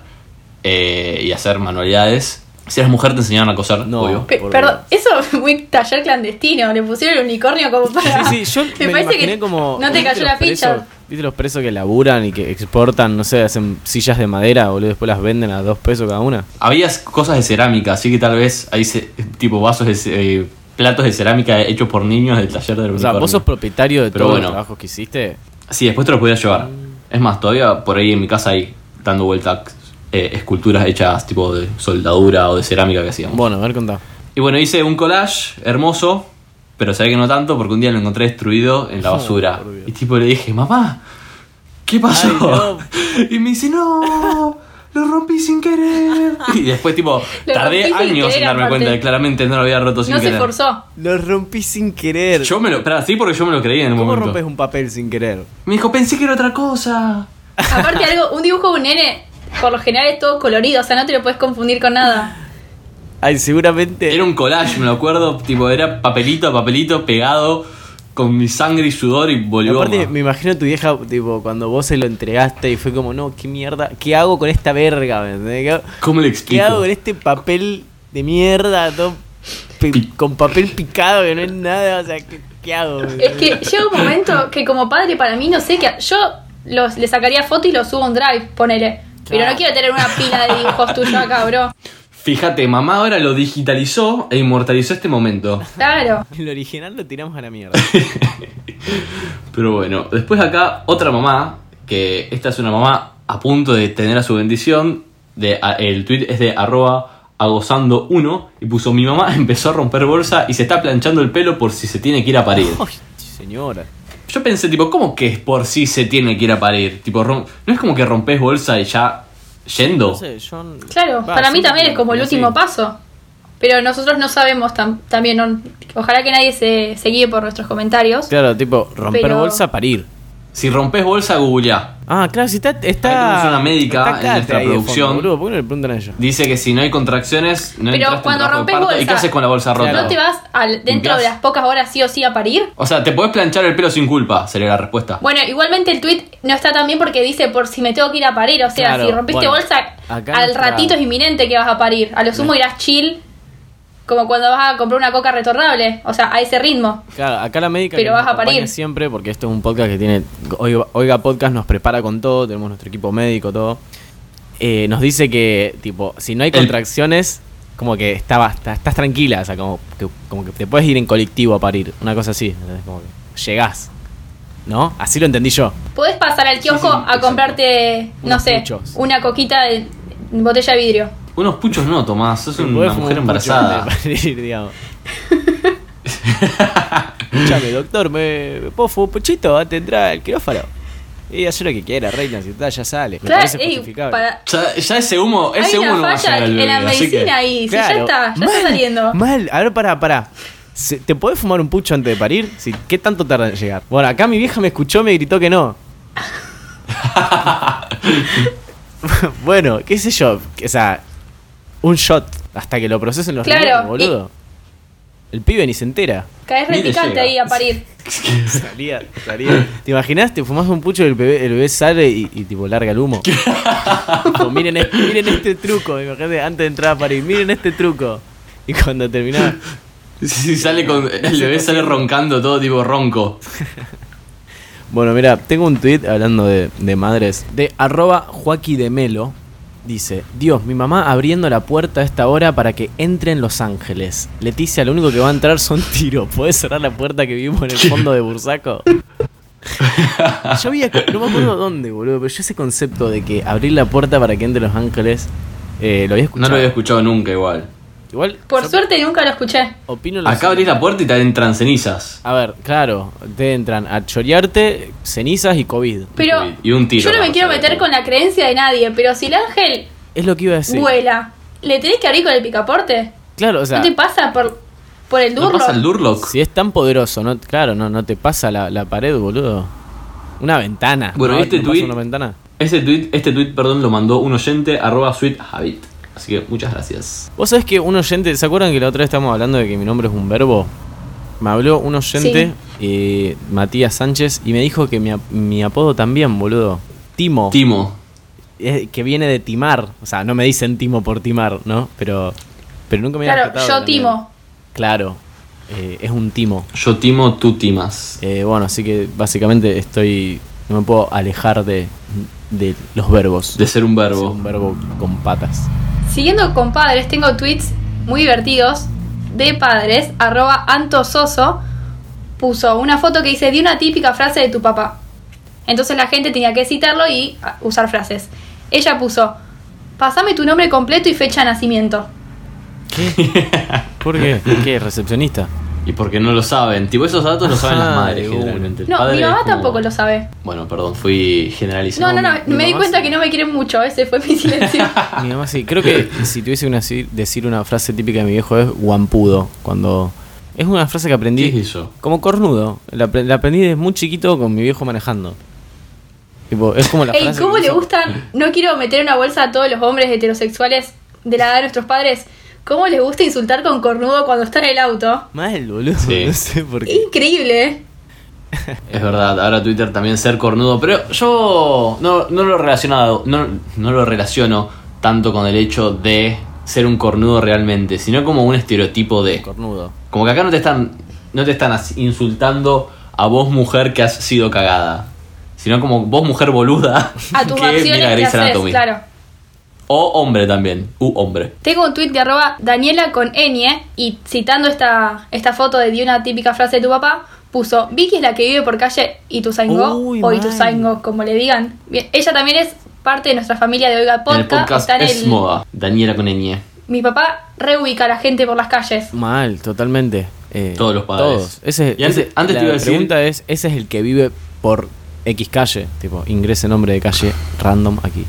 B: eh, y a hacer manualidades. Si eras mujer te enseñaban a coser,
D: No.
B: obvio.
C: Pe-
D: Por
C: perdón,
D: Dios.
C: eso [laughs] fue un taller clandestino. Le pusieron el unicornio como para. [laughs]
D: Sí, sí, yo me, lo imaginé como.
C: No te
D: ¿viste
C: cayó
D: los
C: la
D: presos-
C: ficha.
D: ¿Viste los presos que laburan y que exportan, no sé, hacen sillas de madera, boludo? Después las venden a dos pesos cada una.
B: Había cosas de cerámica, así que tal vez hay ce- tipo vasos de ce- eh, platos de cerámica hechos por niños del taller del
D: O
B: unicornio.
D: sea, vos sos propietario de
B: Pero
D: todos
B: bueno.
D: los trabajos que hiciste.
B: Sí, después te los podía llevar. Es más, todavía por ahí en mi casa hay dando vuelta eh, esculturas hechas tipo de soldadura o de cerámica que hacíamos.
D: Bueno, a ver, contá.
B: Y bueno, hice un collage hermoso, pero sabía que no tanto porque un día lo encontré destruido en la
D: Oh,
B: basura.
D: por Dios.
B: y tipo le dije, mamá, ¿qué pasó? [laughs] Y me dice, no, lo rompí sin
C: [laughs]
B: querer. Y después tipo,
C: Lo
B: tardé
C: rompí sin
B: años en
C: querer,
B: darme
C: aparte.
B: cuenta de que claramente no lo había roto sin
C: No se
B: querer.
D: [laughs]
C: esforzó.
D: Lo rompí sin querer.
B: Yo me lo, espera, sí, porque yo me lo creí en el
D: ¿Cómo
B: momento.
D: rompes un papel sin querer?
B: Me dijo, pensé que era otra cosa.
C: Aparte, algo, un dibujo de un nene, por lo general es todo colorido, o sea, no te lo puedes confundir con nada.
D: Ay, seguramente.
B: Era un collage, me lo acuerdo, tipo, era papelito a papelito pegado con mi sangre y sudor y
D: Y
B: bolioma.
D: Aparte, me imagino tu vieja, tipo, cuando vos se lo entregaste y fue como, no, qué mierda, ¿qué hago con esta verga? ¿Me entendés? ¿Qué hago-
B: ¿Cómo le
D: ¿Qué hago
B: explico?
D: con este papel de mierda, todo pi-
B: Pi-
D: con papel picado que no es nada? O sea, ¿qué, qué hago?
C: Es
D: [laughs]
C: que llega un momento que, como padre, para mí, no sé qué. Yo los, le sacaría foto y lo subo a un drive, ponele. Pero no quiero tener una pila de dibujos tuyos acá, bro.
B: Fíjate, mamá ahora lo digitalizó e inmortalizó este momento.
C: Claro.
D: Lo original lo tiramos a
B: [laughs]
D: la mierda.
B: Pero bueno, después acá otra mamá, que esta es una mamá a punto de tener a su bendición, de, a- el tweet es de arroba agosando1 y puso mi mamá [laughs] empezó a romper bolsa y se está planchando el pelo por si se tiene que ir a parir.
D: [laughs] Ay, señora.
B: Yo pensé, tipo, ¿cómo que es por si se tiene que ir a parir? Tipo, rom- no es como que rompes bolsa y ya yendo.
D: No sé, yo n-
C: Claro,
D: Va,
C: para mí
D: sí,
C: también es como el
D: sí.
C: último paso. Pero nosotros no sabemos tam- también. no- ojalá que nadie se, se guíe por nuestros comentarios.
D: Claro, tipo, romper
C: Pero-
D: bolsa, parir.
B: Si rompes bolsa, googleá.
D: Ah, claro, si está.
B: Ahí
D: está
B: tenemos una médica
D: está
B: en
D: Cate
B: nuestra
D: ahí de fondo,
B: producción.
D: boludo, ¿por qué no le preguntan a ella?
B: Dice que si no hay contracciones, no
C: Pero
B: entras en
C: cuando
B: trabajo de
C: rompes
B: parto. ¿Y
C: bolsa,
B: qué haces con la bolsa rota?
C: ¿No te vas al, dentro de
B: ¿Limpiás?
C: las pocas horas sí o sí a parir?
B: O sea, te podés planchar el pelo sin culpa, sería la respuesta.
C: Bueno, igualmente el tweet no está tan bien porque dice por si me tengo que ir a parir. O sea,
D: Claro,
C: si rompiste
D: bueno,
C: bolsa,
D: acá
C: al
D: nuestra-
C: ratito es inminente que vas a parir. A lo sumo irás chill Como cuando vas a comprar una coca retornable, o sea, a ese ritmo.
D: Claro, acá la médica
C: Pero
D: que nos
C: vas a
D: acompaña
C: parir.
D: siempre, porque esto es un podcast que tiene. Oiga, Oiga Podcast nos prepara con todo, tenemos nuestro equipo médico, todo. Eh, nos dice que, tipo, si no hay
B: El-
D: contracciones, como que está, basta, estás tranquila, o sea, como que, como que te puedes ir en colectivo a parir, una cosa así, ¿entendés? Como que llegás, ¿no? Así lo entendí yo.
C: Podés pasar al kiosco
B: sí,
C: a
B: exacto.
C: comprarte, no
D: Unos
C: sé,
D: puchos.
C: una coquita de en botella de vidrio.
B: Unos puchos no, Tomás, sos
D: Podés
B: una
D: fumar
B: mujer
D: un pucho
B: embarazada.
D: antes de parir, [laughs] digamos. Escuchame, doctor, ¿me, me puedo fumar un puchito? Ah, Tendrá el quirófano. Y hacer lo que quiera, reina, si está, ya sale. Me
C: Claro,
D: parece
C: ey,
D: justificable.
C: para-
B: [laughs] Ya, ya ese humo,
C: hay
B: ese humo
C: una
B: no va a
C: falla
B: llegar al
C: en la
B: bebé, así que- [laughs]
C: medicina ahí, sí, ya
D: Claro.
C: está, ya
D: Mal,
C: está saliendo.
D: Mal, a ver, pará, pará. Se- ¿Te podés fumar un pucho antes de parir? Sí, ¿Qué tanto tarda en llegar? Bueno, acá mi vieja me escuchó, me gritó
C: [laughs]
D: que no. bueno, qué sé yo. O sea, un shot hasta que lo procesen los
C: Claro,
D: riñones, boludo. El pibe ni se entera.
C: Caes
B: Ni le
C: repicante
B: llega.
C: ahí a parir.
D: Salía, salía. ¿Te imaginas? Te fumás un pucho y el bebé, el bebé sale y, y, tipo larga el humo. Tipo, miren, este, miren este truco, imagínate, antes de entrar a París, miren este truco. Y cuando terminaba,
B: Sí, sí, sale con. El bebé sale roncando todo tipo ronco.
D: Bueno, mira, tengo un tweet hablando de, de madres. De arroba Joaquín de Melo. Dice, Dios, mi mamá abriendo la puerta a esta hora para que entren los ángeles. Leticia, lo único que va a entrar son [laughs] tiros. ¿Puedes cerrar la puerta que vimos en el fondo
B: [laughs]
D: de Bursaco? yo vi, acá- no me acuerdo dónde, boludo, pero yo ese concepto de que abrir la puerta para que entren los ángeles, eh, lo había
B: No
D: escuchado.
B: lo había escuchado nunca igual.
D: Igual,
C: Por
D: yo
C: suerte nunca lo escuché.
D: opino lo
B: Acá abrís la puerta y te entran cenizas.
D: A ver, claro, te entran a chorearte, cenizas y COVID.
C: Pero
B: Y un tiro,
C: yo no me
B: vamos
C: quiero
B: a ver.
C: meter con la creencia de nadie, pero si el ángel
D: Es lo que iba a decir.
C: vuela, ¿le tenés que abrir con el picaporte?
D: Claro, o sea...
C: ¿No te pasa por, por el
B: ¿No
C: durro?
B: pasa el Durlock?
D: Si es tan poderoso, no, claro, no, no te pasa la, la pared, boludo. Una ventana.
B: Bueno,
D: ¿no?
B: este
D: ¿No pasa
B: tuit-
D: una ventana.
B: Este tweet, este tweet, perdón, lo mandó un oyente, arroba sweet habit. Así que muchas gracias.
D: Vos sabés que un oyente, ¿se acuerdan que la otra vez estábamos hablando de que mi nombre es un verbo? Me habló un oyente, eh, Matías Sánchez, y me dijo que mi, ap- mi apodo también, boludo. Timo.
B: Timo.
D: Eh, que viene de timar. O sea, no me dicen Timo por timar, ¿no? Pero, pero nunca me había
C: Claro,
D: percatado
C: yo
D: también.
C: timo.
D: Claro, eh, es un timo.
B: Yo timo, tú timas.
D: Eh, bueno, así que básicamente estoy. No me puedo alejar de, de los verbos.
B: De ser un
D: Ser
B: verbo.
D: un verbo con patas.
C: Siguiendo con padres, tengo tweets muy divertidos de padres, arroba antososo, puso una foto que dice, di una típica frase de tu papá. Entonces la gente tenía que citarlo y ah, usar frases. Ella puso, pasame tu nombre completo y fecha de nacimiento.
D: ¿Por qué? [laughs] ¿Qué? ¿Recepcionista?
B: Y porque no lo saben. Tipo, esos datos los
D: [laughs]
B: saben las
D: Ajá,
B: madres
D: de una.
B: generalmente. El
C: No,
B: padre
C: mi
B: es
C: mamá
B: como-
C: tampoco lo sabe.
B: Bueno, perdón, fui generalizando.
C: No, no, no,
D: mi
C: me di
D: mamá
C: cuenta
D: sí.
C: que no me quieren mucho, ese fue mi [laughs] silencio.
B: Ah.
D: Mi mamá sí. Creo que si tuviese que decir, decir una frase típica de mi viejo es guampudo. Cuando. Es una frase que aprendí.
B: ¿Qué es eso?
D: Como cornudo. La, apre- la aprendí desde muy chiquito con mi viejo manejando. Tipo, es como la
C: Ey,
D: frase.
C: ¿cómo
D: que
C: le
D: usa-
C: gustan? No quiero meter en una bolsa a todos los hombres heterosexuales de la edad de nuestros padres. ¿Cómo les gusta insultar con cornudo cuando está en el auto?
D: Mal, boludo.
B: Sí.
D: [laughs] No sé por qué.
C: Increíble. ¿eh?
B: Es verdad, ahora Twitter también ser cornudo, pero yo no, no lo he relacionado, no, no lo relaciono tanto con el hecho de ser un cornudo realmente, sino como un estereotipo de.
D: Cornudo.
B: Como que acá no te están. no te están as- insultando a vos mujer que has sido cagada. Sino como vos mujer boluda.
C: [laughs]
B: [laughs]
C: A tus
B: que
C: acciones
B: mira
C: que
B: Grey's
C: haces,
B: Anatomy.
C: claro.
B: O hombre también. U hombre.
C: Tengo un tweet de arroba Daniela con Ñ ¿eh? y citando esta, esta foto de, de una típica frase de tu papá, puso Vicky es la que vive por calle Ituzaingó
D: Uy,
C: o
D: mal.
C: Ituzaingó, como le digan. Bien, ella también es parte de nuestra familia de Oiga
B: en el
C: Podcast.
B: podcast
C: está en
B: es
C: el-
B: moda. Daniela con ñ.
C: Mi papá reubica a la gente por las calles.
D: Mal, totalmente. Eh,
B: Todos los padres.
D: Todos. Ese,
B: Y antes-
D: ese-
B: antes
D: la
B: te iba a decir-
D: pregunta es, ese es el que vive por X calle. Tipo, ingrese nombre de calle random aquí.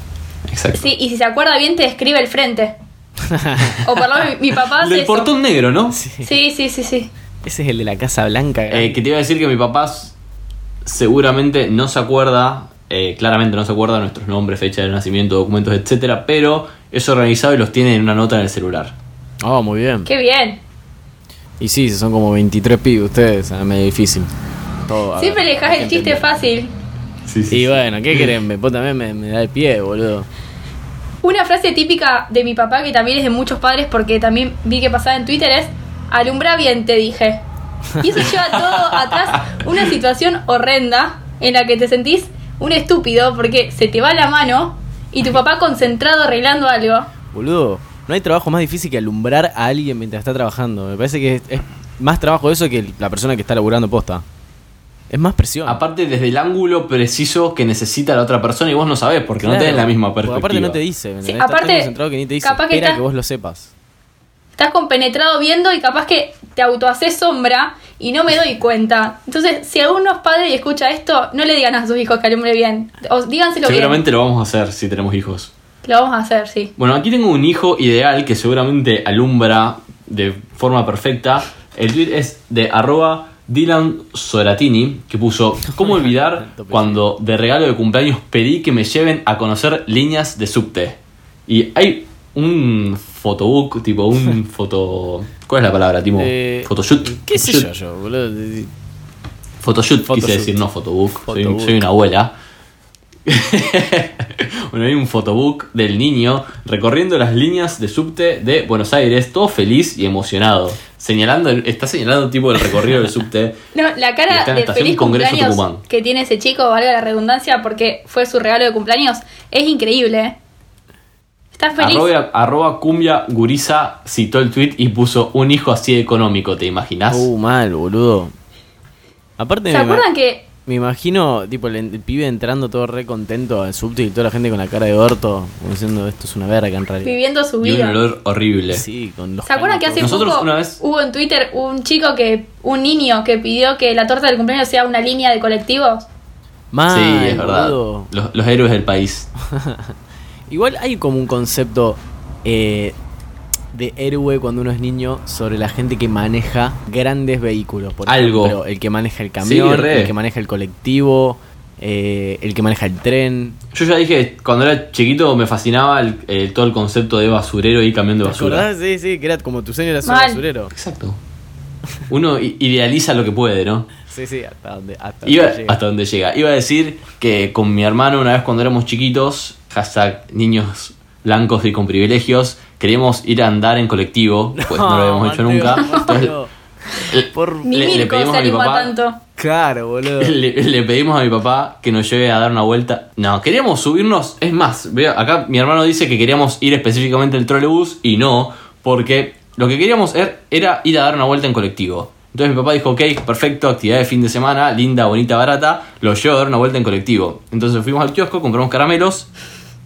B: Exacto.
C: Sí, y si se acuerda bien, te describe el frente. o por lo menos mi, mi papá
B: El
C: hace
B: del
C: eso.
B: portón negro, ¿no?
C: Sí, sí, sí, sí.
D: Ese es el de la Casa Blanca.
B: Eh, que te iba a decir que mi papá s- seguramente no se acuerda, eh, claramente no se acuerda nuestros nombres, fecha de nacimiento, documentos, etcétera, pero es organizado y los tiene en una nota en el celular.
D: Oh, muy bien.
C: Qué bien.
D: Y sí, son como 23 pibes ustedes. Es medio difícil. Todo, a
C: Siempre
D: ver,
C: le
D: hay
C: dejas
D: que
C: el chiste
D: entender.
C: fácil.
B: Sí,
D: Y bueno, ¿qué querés? Me, vos también me, me da el pie, boludo.
C: Una frase típica de mi papá, que también es de muchos padres, porque también vi que pasaba en Twitter, es alumbra bien, te dije. Y eso lleva todo atrás una situación horrenda en la que te sentís un estúpido porque se te va la mano y tu papá concentrado arreglando algo.
D: Boludo, no hay trabajo más difícil que alumbrar a alguien mientras está trabajando. Me parece que es, es más trabajo eso que el- la persona que está laburando posta. Es más presión.
B: Aparte, desde el ángulo preciso que necesita la otra persona y vos no sabés porque no
D: Claro.
B: tenés la misma
D: Porque
B: perspectiva.
D: Aparte no te dice, ¿me
C: Sí,
D: entendés? Estás tan
C: aparte,
D: concentrado que ni te dice.
C: capaz que
D: Espera
C: está-
D: que vos lo sepas.
C: Estás compenetrado viendo y capaz que te autohaces sombra y no me doy cuenta. Entonces, si alguno es padre y escucha esto, no le digan a sus hijos que alumbre bien. O díganselo
B: Seguramente lo vamos a hacer si tenemos hijos.
C: bien. Lo vamos a hacer, sí.
B: Bueno, aquí tengo un hijo ideal que seguramente alumbra de forma perfecta. El tweet es de arroba Dylan Soratini, que puso, ¿cómo olvidar
D: [laughs]
B: cuando de regalo de cumpleaños pedí que me lleven a conocer líneas de subte? Y hay un photobook, tipo
D: [laughs]
B: un foto... ¿Cuál es la palabra? Tipo,
D: Eh,
B: photoshoot.
D: ¿Qué sé
B: Shoot.
D: yo yo, boludo? De-
B: Photoshoot,
D: Photoshoot.
B: quise decir, no photobook. Soy-
D: Photobook.
B: Soy, una abuela. [laughs] bueno, hay un photobook del niño recorriendo las líneas de subte de Buenos Aires, todo feliz y emocionado. Señalando, el- está señalando tipo el recorrido del subte.
C: No, la
B: Y está
C: cara
B: en
C: de
B: Estación
C: feliz
B: Congreso
C: cumpleaños
B: Tucumán.
C: que tiene ese chico, valga la redundancia, porque fue su regalo de cumpleaños, es increíble. ¿eh? Está feliz.
B: Arroba, arroba cumbia gurisa citó el tweet y puso un hijo así de económico, ¿te imaginas?
D: Uh, mal, boludo. Aparte,
C: ¿Se
D: me, ima-
C: acuerdan que
D: me imagino, tipo, el, el pibe entrando todo re contento al subte y toda la gente con la cara de orto, como diciendo esto es una verga en realidad.
C: viviendo su
B: y un
C: vida?
B: olor horrible.
D: Sí, con los
C: ¿Se acuerdan que hace
D: caños,
B: Nosotros
C: poco
B: una vez-
C: hubo en Twitter un chico que, un niño que pidió que la torta del cumpleaños sea una línea de colectivos?
D: todo. Mal,
B: Sí, es verdad.
D: boludo.
B: Los, los héroes del país.
D: Igual hay como un concepto eh, de héroe cuando uno es niño sobre la gente que maneja grandes vehículos. Por
B: Algo.
D: ejemplo, el que maneja el camión,
B: re.
D: el que maneja el colectivo, eh, el que maneja el tren.
B: Yo ya dije, cuando era chiquito me fascinaba el- el- todo el concepto de basurero y camión de
D: ¿Te
B: basura.
D: acordás? Sí, sí, que era como tu sueño era ser
C: Mal.
D: basurero.
B: Exacto. Uno i- idealiza lo que puede, ¿no?
D: Sí, sí, hasta donde, hasta
B: Iba,
D: donde llega.
B: hasta donde llega. Iba a decir que con mi hermano una vez cuando éramos chiquitos, hashtag niños blancos y con privilegios, queríamos ir a andar en colectivo, pues no, lo
D: [laughs]
B: habíamos hecho
D: Ah, Mateo,
B: nunca. [laughs] Entonces,
D: Mateo.
B: le-
D: Por-
C: Ni
B: Le- le
C: Mirko
B: pedimos
C: se
B: a mi
C: animó a
B: papá-
C: tanto.
D: Claro,
B: [laughs]
D: boludo.
B: le, le pedimos a mi papá que nos lleve a dar una vuelta. No, queríamos subirnos, es más, veo, acá mi hermano dice que queríamos ir específicamente al trolebús y no, porque lo que queríamos er- era ir a dar una vuelta en colectivo. Entonces mi papá dijo, ok, perfecto, actividad de fin de semana, linda, bonita, barata, lo llevo a dar una vuelta en colectivo. Entonces fuimos al kiosco, compramos caramelos,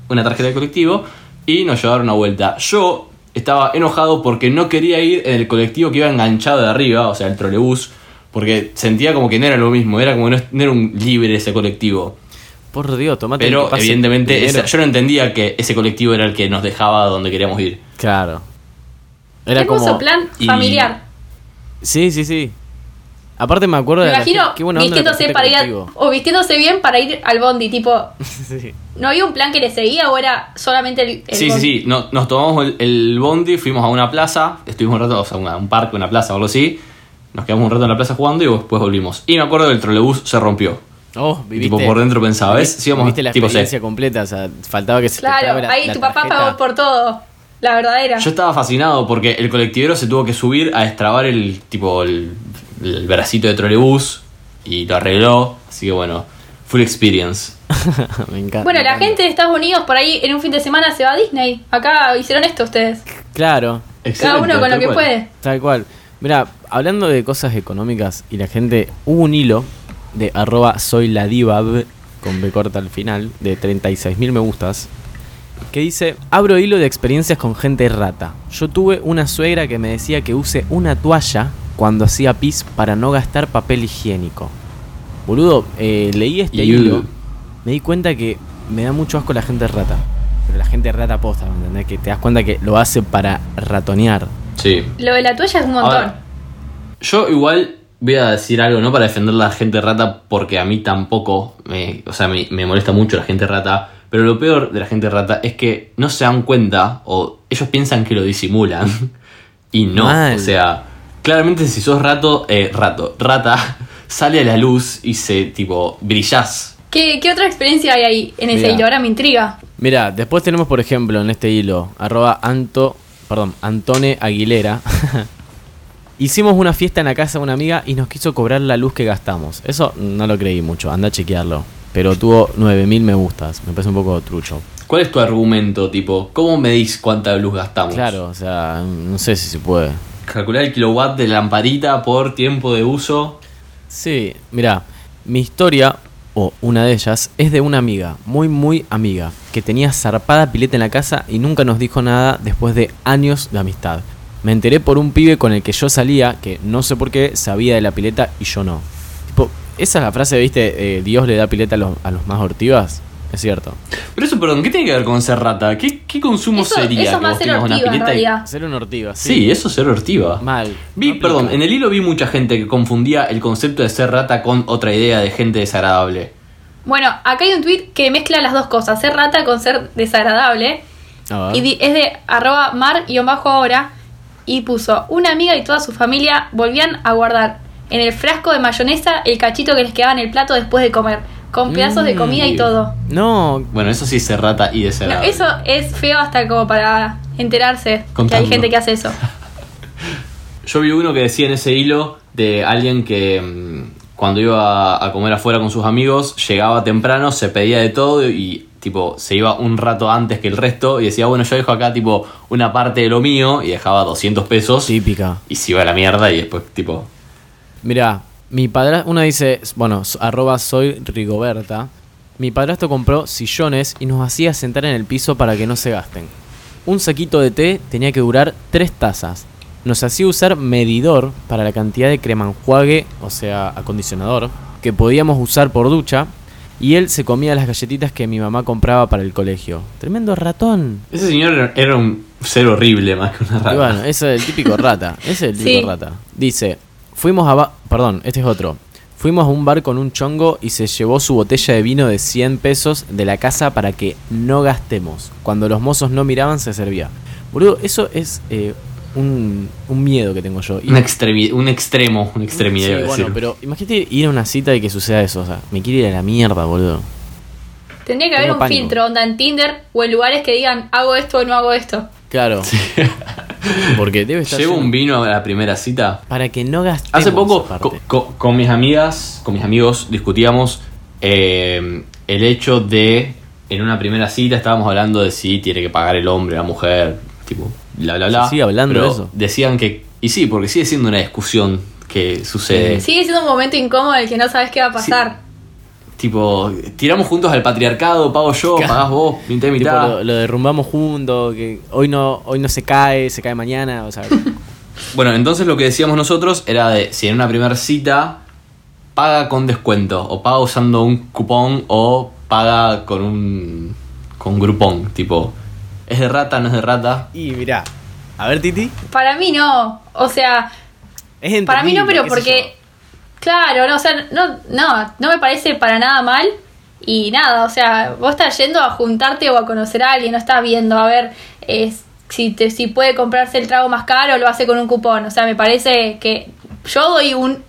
B: una tarjeta de colectivo y nos llevaron una vuelta. Yo estaba enojado porque no quería ir en el colectivo que iba enganchado de arriba, o sea, el trolebús, porque sentía como que no era lo mismo, era como que no, es- no era un libre ese colectivo.
D: Por Dios, tomate el
B: Pero
D: que pase
B: evidentemente
D: primero.
B: esa- yo no entendía que ese colectivo era el que nos dejaba donde queríamos ir.
D: Claro. Era
C: Hermoso
D: como.
C: plan
B: y-
C: familiar.
D: Sí, sí, sí, sí. Aparte me acuerdo
C: Me
D: de la gente-
C: imagino
D: qué buena onda la
C: vistiéndose
D: gente
C: para ir a-
D: contigo.
C: o vistiéndose bien para ir al bondi, tipo,
B: [laughs]
D: Sí.
C: ¿no había un plan que le seguía o era solamente el, el
B: Sí, sí,
C: bondi?
B: sí. No- nos tomamos el, el bondi, fuimos a una plaza, estuvimos un rato, o sea, una- un parque, una plaza o algo así. Nos quedamos un rato en la plaza jugando y después volvimos. Y me acuerdo que el trolebús se rompió.
D: Oh, viviste.
B: Tipo, por dentro pensaba, ¿ves?
D: vivi-
B: Sí, vamos,
D: viviste la
B: tipo, sí.
D: experiencia completa, o sea, faltaba que se te trabe
C: Claro,
D: la-
C: ahí
D: la
C: tu papá
D: tarjeta.
C: pagó por todo. La verdadera.
B: Yo estaba fascinado porque el colectivero se tuvo que subir a destrabar el tipo el, el bracito de trolebús y lo arregló. Así que bueno, full experience.
D: [laughs] me encanta.
C: Bueno,
D: me
C: la
D: encanta.
C: gente de Estados Unidos por ahí en un fin de semana se va a Disney. Acá hicieron esto ustedes.
D: Claro,
C: Cada uno con lo
B: tal
C: que
B: cual.
C: puede.
D: tal cual. Mira, hablando de cosas económicas y la gente, hubo un hilo de arroba soy la diva b, con B corta al final, de 36.000 me gustas, que dice, abro hilo de experiencias con gente rata. Yo tuve una suegra que me decía que use una toalla cuando hacía pis para no gastar papel higiénico. Boludo, eh, leí este
B: Iu.
D: hilo, me di cuenta que me da mucho asco la gente rata. Pero la gente rata posta, ¿me entendés? Que te das cuenta que lo hace para ratonear.
B: Sí.
C: Lo de la toalla es un montón.
B: Ahora, yo igual voy a decir algo, no para defender la gente rata, porque a mí tampoco, me, o sea, me, me molesta mucho la gente rata, pero lo peor de la gente rata es que no se dan cuenta, o ellos piensan que lo disimulan, [laughs] y no,
D: Mal.
B: o sea, claramente si sos rato, eh, rato, rata, [laughs] sale a la luz y se, tipo, brillás.
C: ¿Qué, qué otra experiencia hay ahí en ese
B: Mira.
C: hilo? Ahora me intriga.
D: Mira, después tenemos, por ejemplo, en este hilo, arroba Anto, perdón, Antone Aguilera. [laughs] Hicimos una fiesta en la casa de una amiga y nos quiso cobrar la luz que gastamos. Eso no lo creí mucho, anda a chequearlo. Pero tuvo 9000 me gustas, me parece un poco trucho.
B: ¿Cuál es tu argumento, tipo? ¿Cómo medís cuánta luz gastamos?
D: Claro, o sea, no sé si se puede.
B: Calcular el kilowatt de lamparita por tiempo de uso.
D: Sí, mira, mi historia, o una de ellas, es de una amiga, muy muy amiga, que tenía zarpada pileta en la casa y nunca nos dijo nada después de años de amistad. Me enteré por un pibe con el que yo salía, que no sé por qué sabía de la pileta y yo no. Tipo, esa es la frase, viste, Eh, Dios le da pileta a los, a los más hortivas. Es cierto.
B: Pero eso, perdón, ¿qué tiene que ver con ser rata? ¿Qué, qué consumo
C: Eso-
B: sería
C: eso
B: que
C: más
B: vos
C: ser
B: tengas una
C: hortiva, en
B: pileta y-
C: realidad.
D: Ser una hortiva, sí.
B: Sí, eso es ser hortiva.
D: Mal.
B: Vi,
D: No
B: perdón,
D: aplica.
B: en el hilo vi mucha gente que confundía el concepto de ser rata con otra idea de gente desagradable.
C: Bueno, acá hay un tweet que mezcla las dos cosas, ser rata con ser desagradable.
D: A ver.
C: Y di- es de arroba mar y bajo ahora. Y puso, una amiga y toda su familia volvían a guardar en el frasco de mayonesa el cachito que les quedaba en el plato después de comer, con pedazos de
D: Mm.
C: comida y todo.
D: No,
B: Bueno, eso sí es ser rata y
C: No,
B: desagradable.
C: eso es feo hasta como para enterarse que
B: Contando.
C: hay gente que hace
D: [laughs]
C: eso.
B: Yo vi uno que decía en ese hilo de alguien que mm, cuando iba a- a comer afuera con sus amigos, llegaba temprano, se pedía de todo y tipo se iba un rato antes que el resto y decía, bueno, yo dejo acá tipo una parte de lo mío y dejaba 200 pesos
D: típica.
B: y se iba a la mierda y después tipo...
D: Mira, mi padrastro, una dice, bueno, s- arroba soy Rigoberta. Mi padrastro compró sillones y nos hacía sentar en el piso para que no se gasten. Un saquito de té tenía que durar tres tazas. Nos hacía usar medidor para la cantidad de crema enjuague, o sea, acondicionador, que podíamos usar por ducha. Y él se comía las galletitas que mi mamá compraba para el colegio. Tremendo ratón.
B: Ese señor era- era un ser horrible más que una
D: Y
B: rata.
D: bueno, ese es el típico rata. Ese es el
C: Sí.
D: típico rata. Dice, fuimos a... ba- Perdón, este es otro. Fuimos a un bar con un chongo y se llevó su botella de vino de 100 pesos de la casa para que no gastemos. Cuando los mozos no miraban, se servía. Boludo, eso es eh, un, un miedo que tengo yo. Y-
B: un, extremi- un extremo, un extremidad.
D: Sí,
B: iba a
D: bueno,
B: decir.
D: pero imagínate ir a una cita y que suceda eso. O sea, me quiere ir a la mierda, boludo.
C: Tendría que haber
D: Tengo
C: un
D: pánico.
C: filtro, onda en Tinder o en lugares que digan hago esto o no hago esto.
D: Claro. [laughs] Porque debe estar...
B: ¿Llevo un
D: lleno-
B: vino a la primera cita?
D: Para que no gastemos.
B: Hace poco
D: aparte.
B: co- co- con mis amigas, con mis amigos discutíamos eh, el hecho de en una primera cita estábamos hablando de si tiene que pagar el hombre, la mujer, tipo bla bla bla.
D: ¿Se sigue hablando
B: pero
D: de eso?
B: Decían que y sí, porque sigue siendo una discusión que sucede.
C: Sigue siendo un momento incómodo en el que no sabes qué va a pasar.
B: Tipo, tiramos juntos al patriarcado, pago yo, pagás vos, mitad y
D: Tipo,
B: mitad.
D: lo, lo derrumbamos juntos, que hoy no, hoy no se cae, se cae mañana, o sea,
B: Bueno, entonces lo que decíamos nosotros era de si en una primera cita paga con descuento o paga usando un cupón o paga con un con grupón, tipo es de rata, no es de rata.
D: Y mirá, a ver Titi,
C: Para mí no. O sea,
D: es
C: Para mí no, pero
D: entendible, qué sé
C: porque. Claro, no, o sea, no, no, no me parece para nada mal. Y nada, o sea, vos estás yendo a juntarte o a conocer a alguien, no estás viendo a ver es, si, te, si puede comprarse el trago más caro o lo hace con un cupón. O sea, me parece que yo doy un.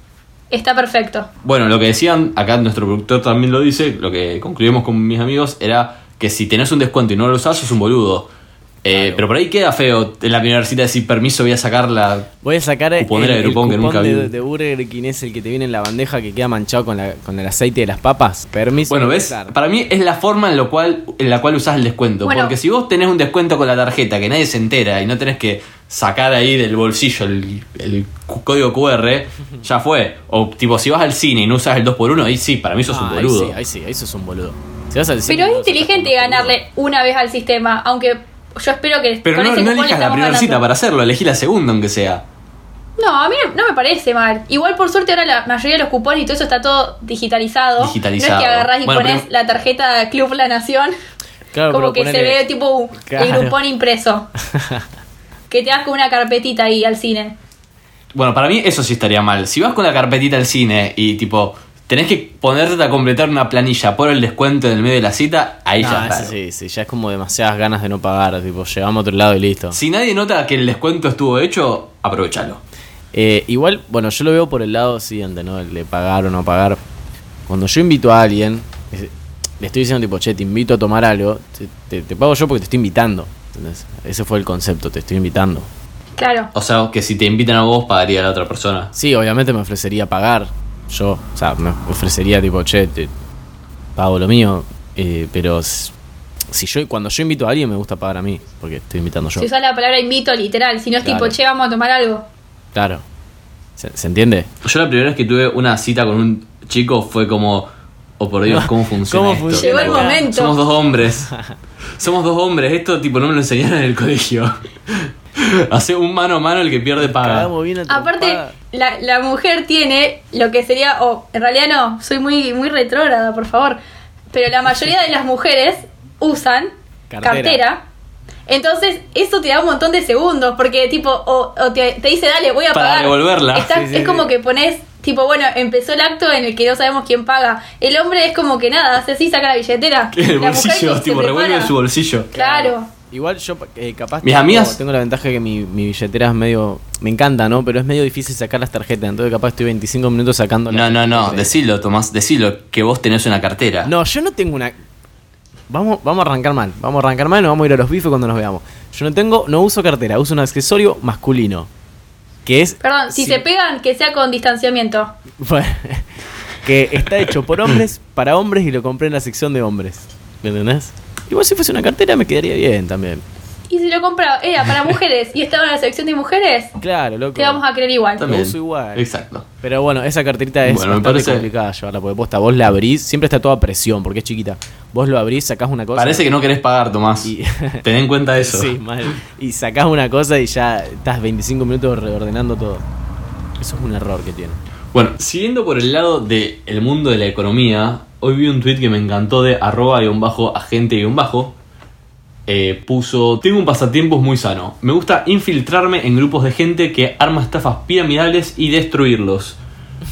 C: Está perfecto.
B: Bueno, lo que decían, acá nuestro productor también lo dice, lo que concluimos con mis amigos era que si tenés un descuento y no lo usás, sos un boludo. Eh, Pero por ahí queda feo en la primera cita decir permiso, voy a sacar la...
D: yo. Voy a sacar el,
B: Cuponera de
D: el
B: Groupon que nunca vi.
D: de, de Burger King es el que te viene en la bandeja que queda manchado con, la- con el aceite de las papas. Permiso.
B: Bueno,
D: de
B: ¿ves?
D: usar.
B: Para mí es la forma en, lo cual, en la cual usás el descuento.
C: Bueno.
B: Porque si vos tenés un descuento con la tarjeta que nadie se entera y no tenés que sacar ahí del bolsillo el, el cu- código QR, ya fue. O tipo, si vas al cine y no usas el 2x1, ahí sí, para mí sos
D: Ah,
B: un boludo.
D: Ahí sí, ahí sí, eso es un boludo. Si vas al cine,
C: Pero es
D: no vas a
C: inteligente
D: estar con un
C: ganarle una vez al sistema, aunque yo espero que.
B: Pero
C: con
B: no,
C: ese
B: no
C: cupón
B: elijas la
C: estamos
B: primera
C: ganando.
B: cita para hacerlo, elegí la segunda aunque sea.
C: No, a mí no, no me parece mal. Igual por suerte ahora la mayoría de los cupones y todo eso está todo digitalizado.
B: Digitalizado.
C: No es que agarrás y
B: Bueno,
C: pones
B: pero-
C: la tarjeta Club La Nación,
D: boludo. Claro,
C: como
D: pero
C: que se
D: ponele-
C: ve tipo un- el
D: Claro.
C: grupón
D: [laughs]
C: impreso. que te das con una carpetita ahí al cine.
B: Bueno, para mí eso sí estaría mal. Si vas con la carpetita al cine y tipo, tenés que ponerte a completar una planilla por el descuento en el medio de la cita, ahí
D: No,
B: ya
C: "Ah,
B: está.
D: eso Ah, sí, sí, ya es como demasiadas ganas de no pagar, tipo, llegamos a otro lado y listo.
B: Si nadie nota que el descuento estuvo hecho, aprovechalo.
D: Eh, igual, bueno, yo lo veo por el lado siguiente, ¿no? El de pagar o no pagar. Cuando yo invito a alguien, es- le estoy diciendo tipo, che, te invito a tomar algo, te, te- te pago yo porque te estoy invitando. ¿entendés? Ese fue el concepto, te estoy invitando.
C: Claro.
B: O sea, que si te invitan a vos, pagaría a la otra persona.
D: Sí, obviamente me ofrecería pagar. Yo, o sea, me ofrecería tipo, che, te pago lo mío. eh, pero s- si yo, cuando yo invito a alguien me gusta pagar a mí, porque estoy invitando yo.
C: Si usas la palabra invito literal, si no es
D: Claro.
C: tipo, che, vamos a tomar algo.
D: Claro. ¿Se, se entiende?
B: Yo la primera vez que tuve una cita con un chico fue como, oh por Dios,
D: [laughs]
B: ¿cómo funciona
D: ¿Cómo
B: esto?
D: funciona?
C: Llegó el
B: Tipo,
C: momento.
B: Somos dos
D: [laughs]
B: hombres. Somos dos hombres. Esto tipo no me lo enseñaron en el colegio. [laughs] Hace un mano a mano el que pierde paga.
D: Cagamos bien a
C: Aparte,
D: trompada.
C: la, la mujer tiene lo que sería, o en realidad no, soy muy, muy retrógrada, por favor, pero la mayoría de las mujeres usan
D: Cartera.
C: cartera. Entonces, eso te da un montón de segundos, porque tipo, o, o te, te dice, dale, voy a
B: Para
C: pagar.
B: devolverla.
C: Estás-
D: Sí, sí,
C: es
D: sí.
C: como que pones, tipo, bueno, empezó el acto en el que no sabemos quién paga. El hombre es como que nada, hace así, saca la billetera.
B: En [laughs] [laughs] el
C: La mujer
B: bolsillo,
C: se
B: tipo,
C: prepara.
B: revuelve en su bolsillo.
C: Claro.
D: Igual yo eh, capaz
B: Mis
D: tengo,
B: amigas-
D: tengo la ventaja que mi, mi billetera es medio. Me encanta, ¿no? Pero es medio difícil sacar las tarjetas. Entonces capaz estoy 25 minutos sacando
B: No,
D: las
B: no, no,
D: tarjetas.
B: decilo, Tomás, decilo, que vos tenés una cartera.
D: No, yo no tengo una. Vamos, vamos a arrancar mal. Vamos a arrancar mal, nos vamos a ir a los bifes cuando nos veamos. Yo no tengo, no uso cartera, uso un accesorio masculino. Que es.
C: Perdón, si
D: sí,
C: se pegan, que sea con distanciamiento.
D: [laughs] bueno, que está hecho por hombres, para hombres y lo compré en la sección de hombres. ¿Me entendés? Igual si fuese una cartera me quedaría bien también.
C: Y si lo compraba, era
B: [laughs]
C: para mujeres y estaba en la sección de mujeres,
D: Claro, loco.
C: te vamos a creer igual.
B: También.
D: Lo uso igual.
B: Exacto.
D: Pero bueno, esa carterita es
B: Bueno, me
D: bastante
B: parece-
D: complicada llevarla, porque posta, vos la abrís, siempre está toda presión, porque es chiquita. Vos lo abrís, sacás una cosa.
B: Parece que no querés pagar, Tomás.
D: [laughs] Y-
B: Ten en cuenta eso.
D: Sí, mal. Y sacás una cosa y ya estás 25 minutos reordenando todo. Eso es un error que tiene.
B: Bueno, siguiendo por el lado del mundo de la economía, hoy vi un tweet que me encantó de arroba y un bajo agente y un bajo. Eh, puso, tengo un pasatiempos muy sano. Me gusta infiltrarme en grupos de gente que arma estafas piramidales y destruirlos.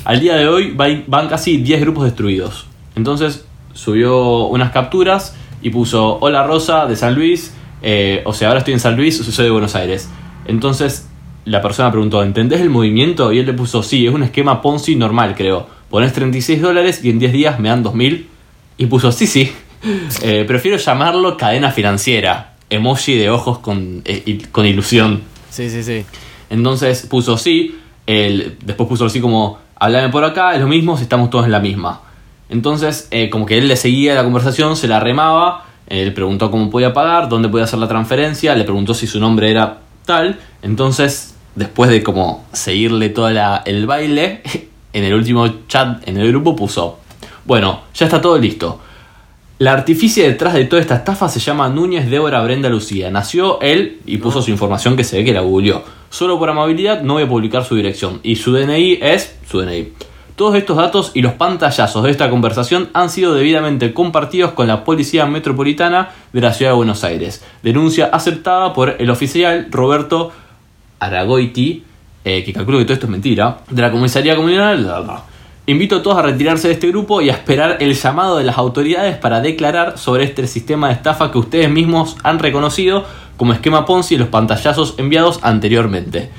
B: Al día de hoy va- van casi 10 grupos destruidos. Entonces subió unas capturas y puso, hola Rosa de San Luis, eh, o sea, ahora estoy en San Luis, soy de Buenos Aires. Entonces la persona preguntó, ¿entendés el movimiento? Y él le puso, sí, es un esquema Ponzi normal, creo. Pones 36 dólares y en 10 días me dan 2000. Y puso, sí, sí. Eh, prefiero llamarlo cadena financiera. Emoji de ojos con, eh, il- con ilusión.
D: Sí, sí, sí.
B: Entonces puso sí, el, después puso así como, hablame por acá, es lo mismo, si estamos todos en la misma. Entonces, eh, como que él le seguía la conversación, se la remaba, eh, le preguntó cómo podía pagar, dónde podía hacer la transferencia, le preguntó si su nombre era tal. Entonces, después de como seguirle todo el baile, [laughs] en el último chat en el grupo puso, bueno, ya está todo listo. La artificia detrás de toda esta estafa se llama Núñez Débora Brenda Lucía. Nació él y puso su información que se ve que la googleó. Solo por amabilidad no voy a publicar su dirección. Y su DNI es su DNI. Todos estos datos y los pantallazos de esta conversación han sido debidamente compartidos con la Policía Metropolitana de la Ciudad de Buenos Aires. Denuncia aceptada por el oficial Roberto Aragoiti, eh, que calculo que todo esto es mentira, de la comisaría comunal. bla, bla. Invito a todos a retirarse de este grupo y a esperar el llamado de las autoridades para declarar sobre este sistema de estafa que ustedes mismos han reconocido como esquema Ponzi y los pantallazos enviados anteriormente.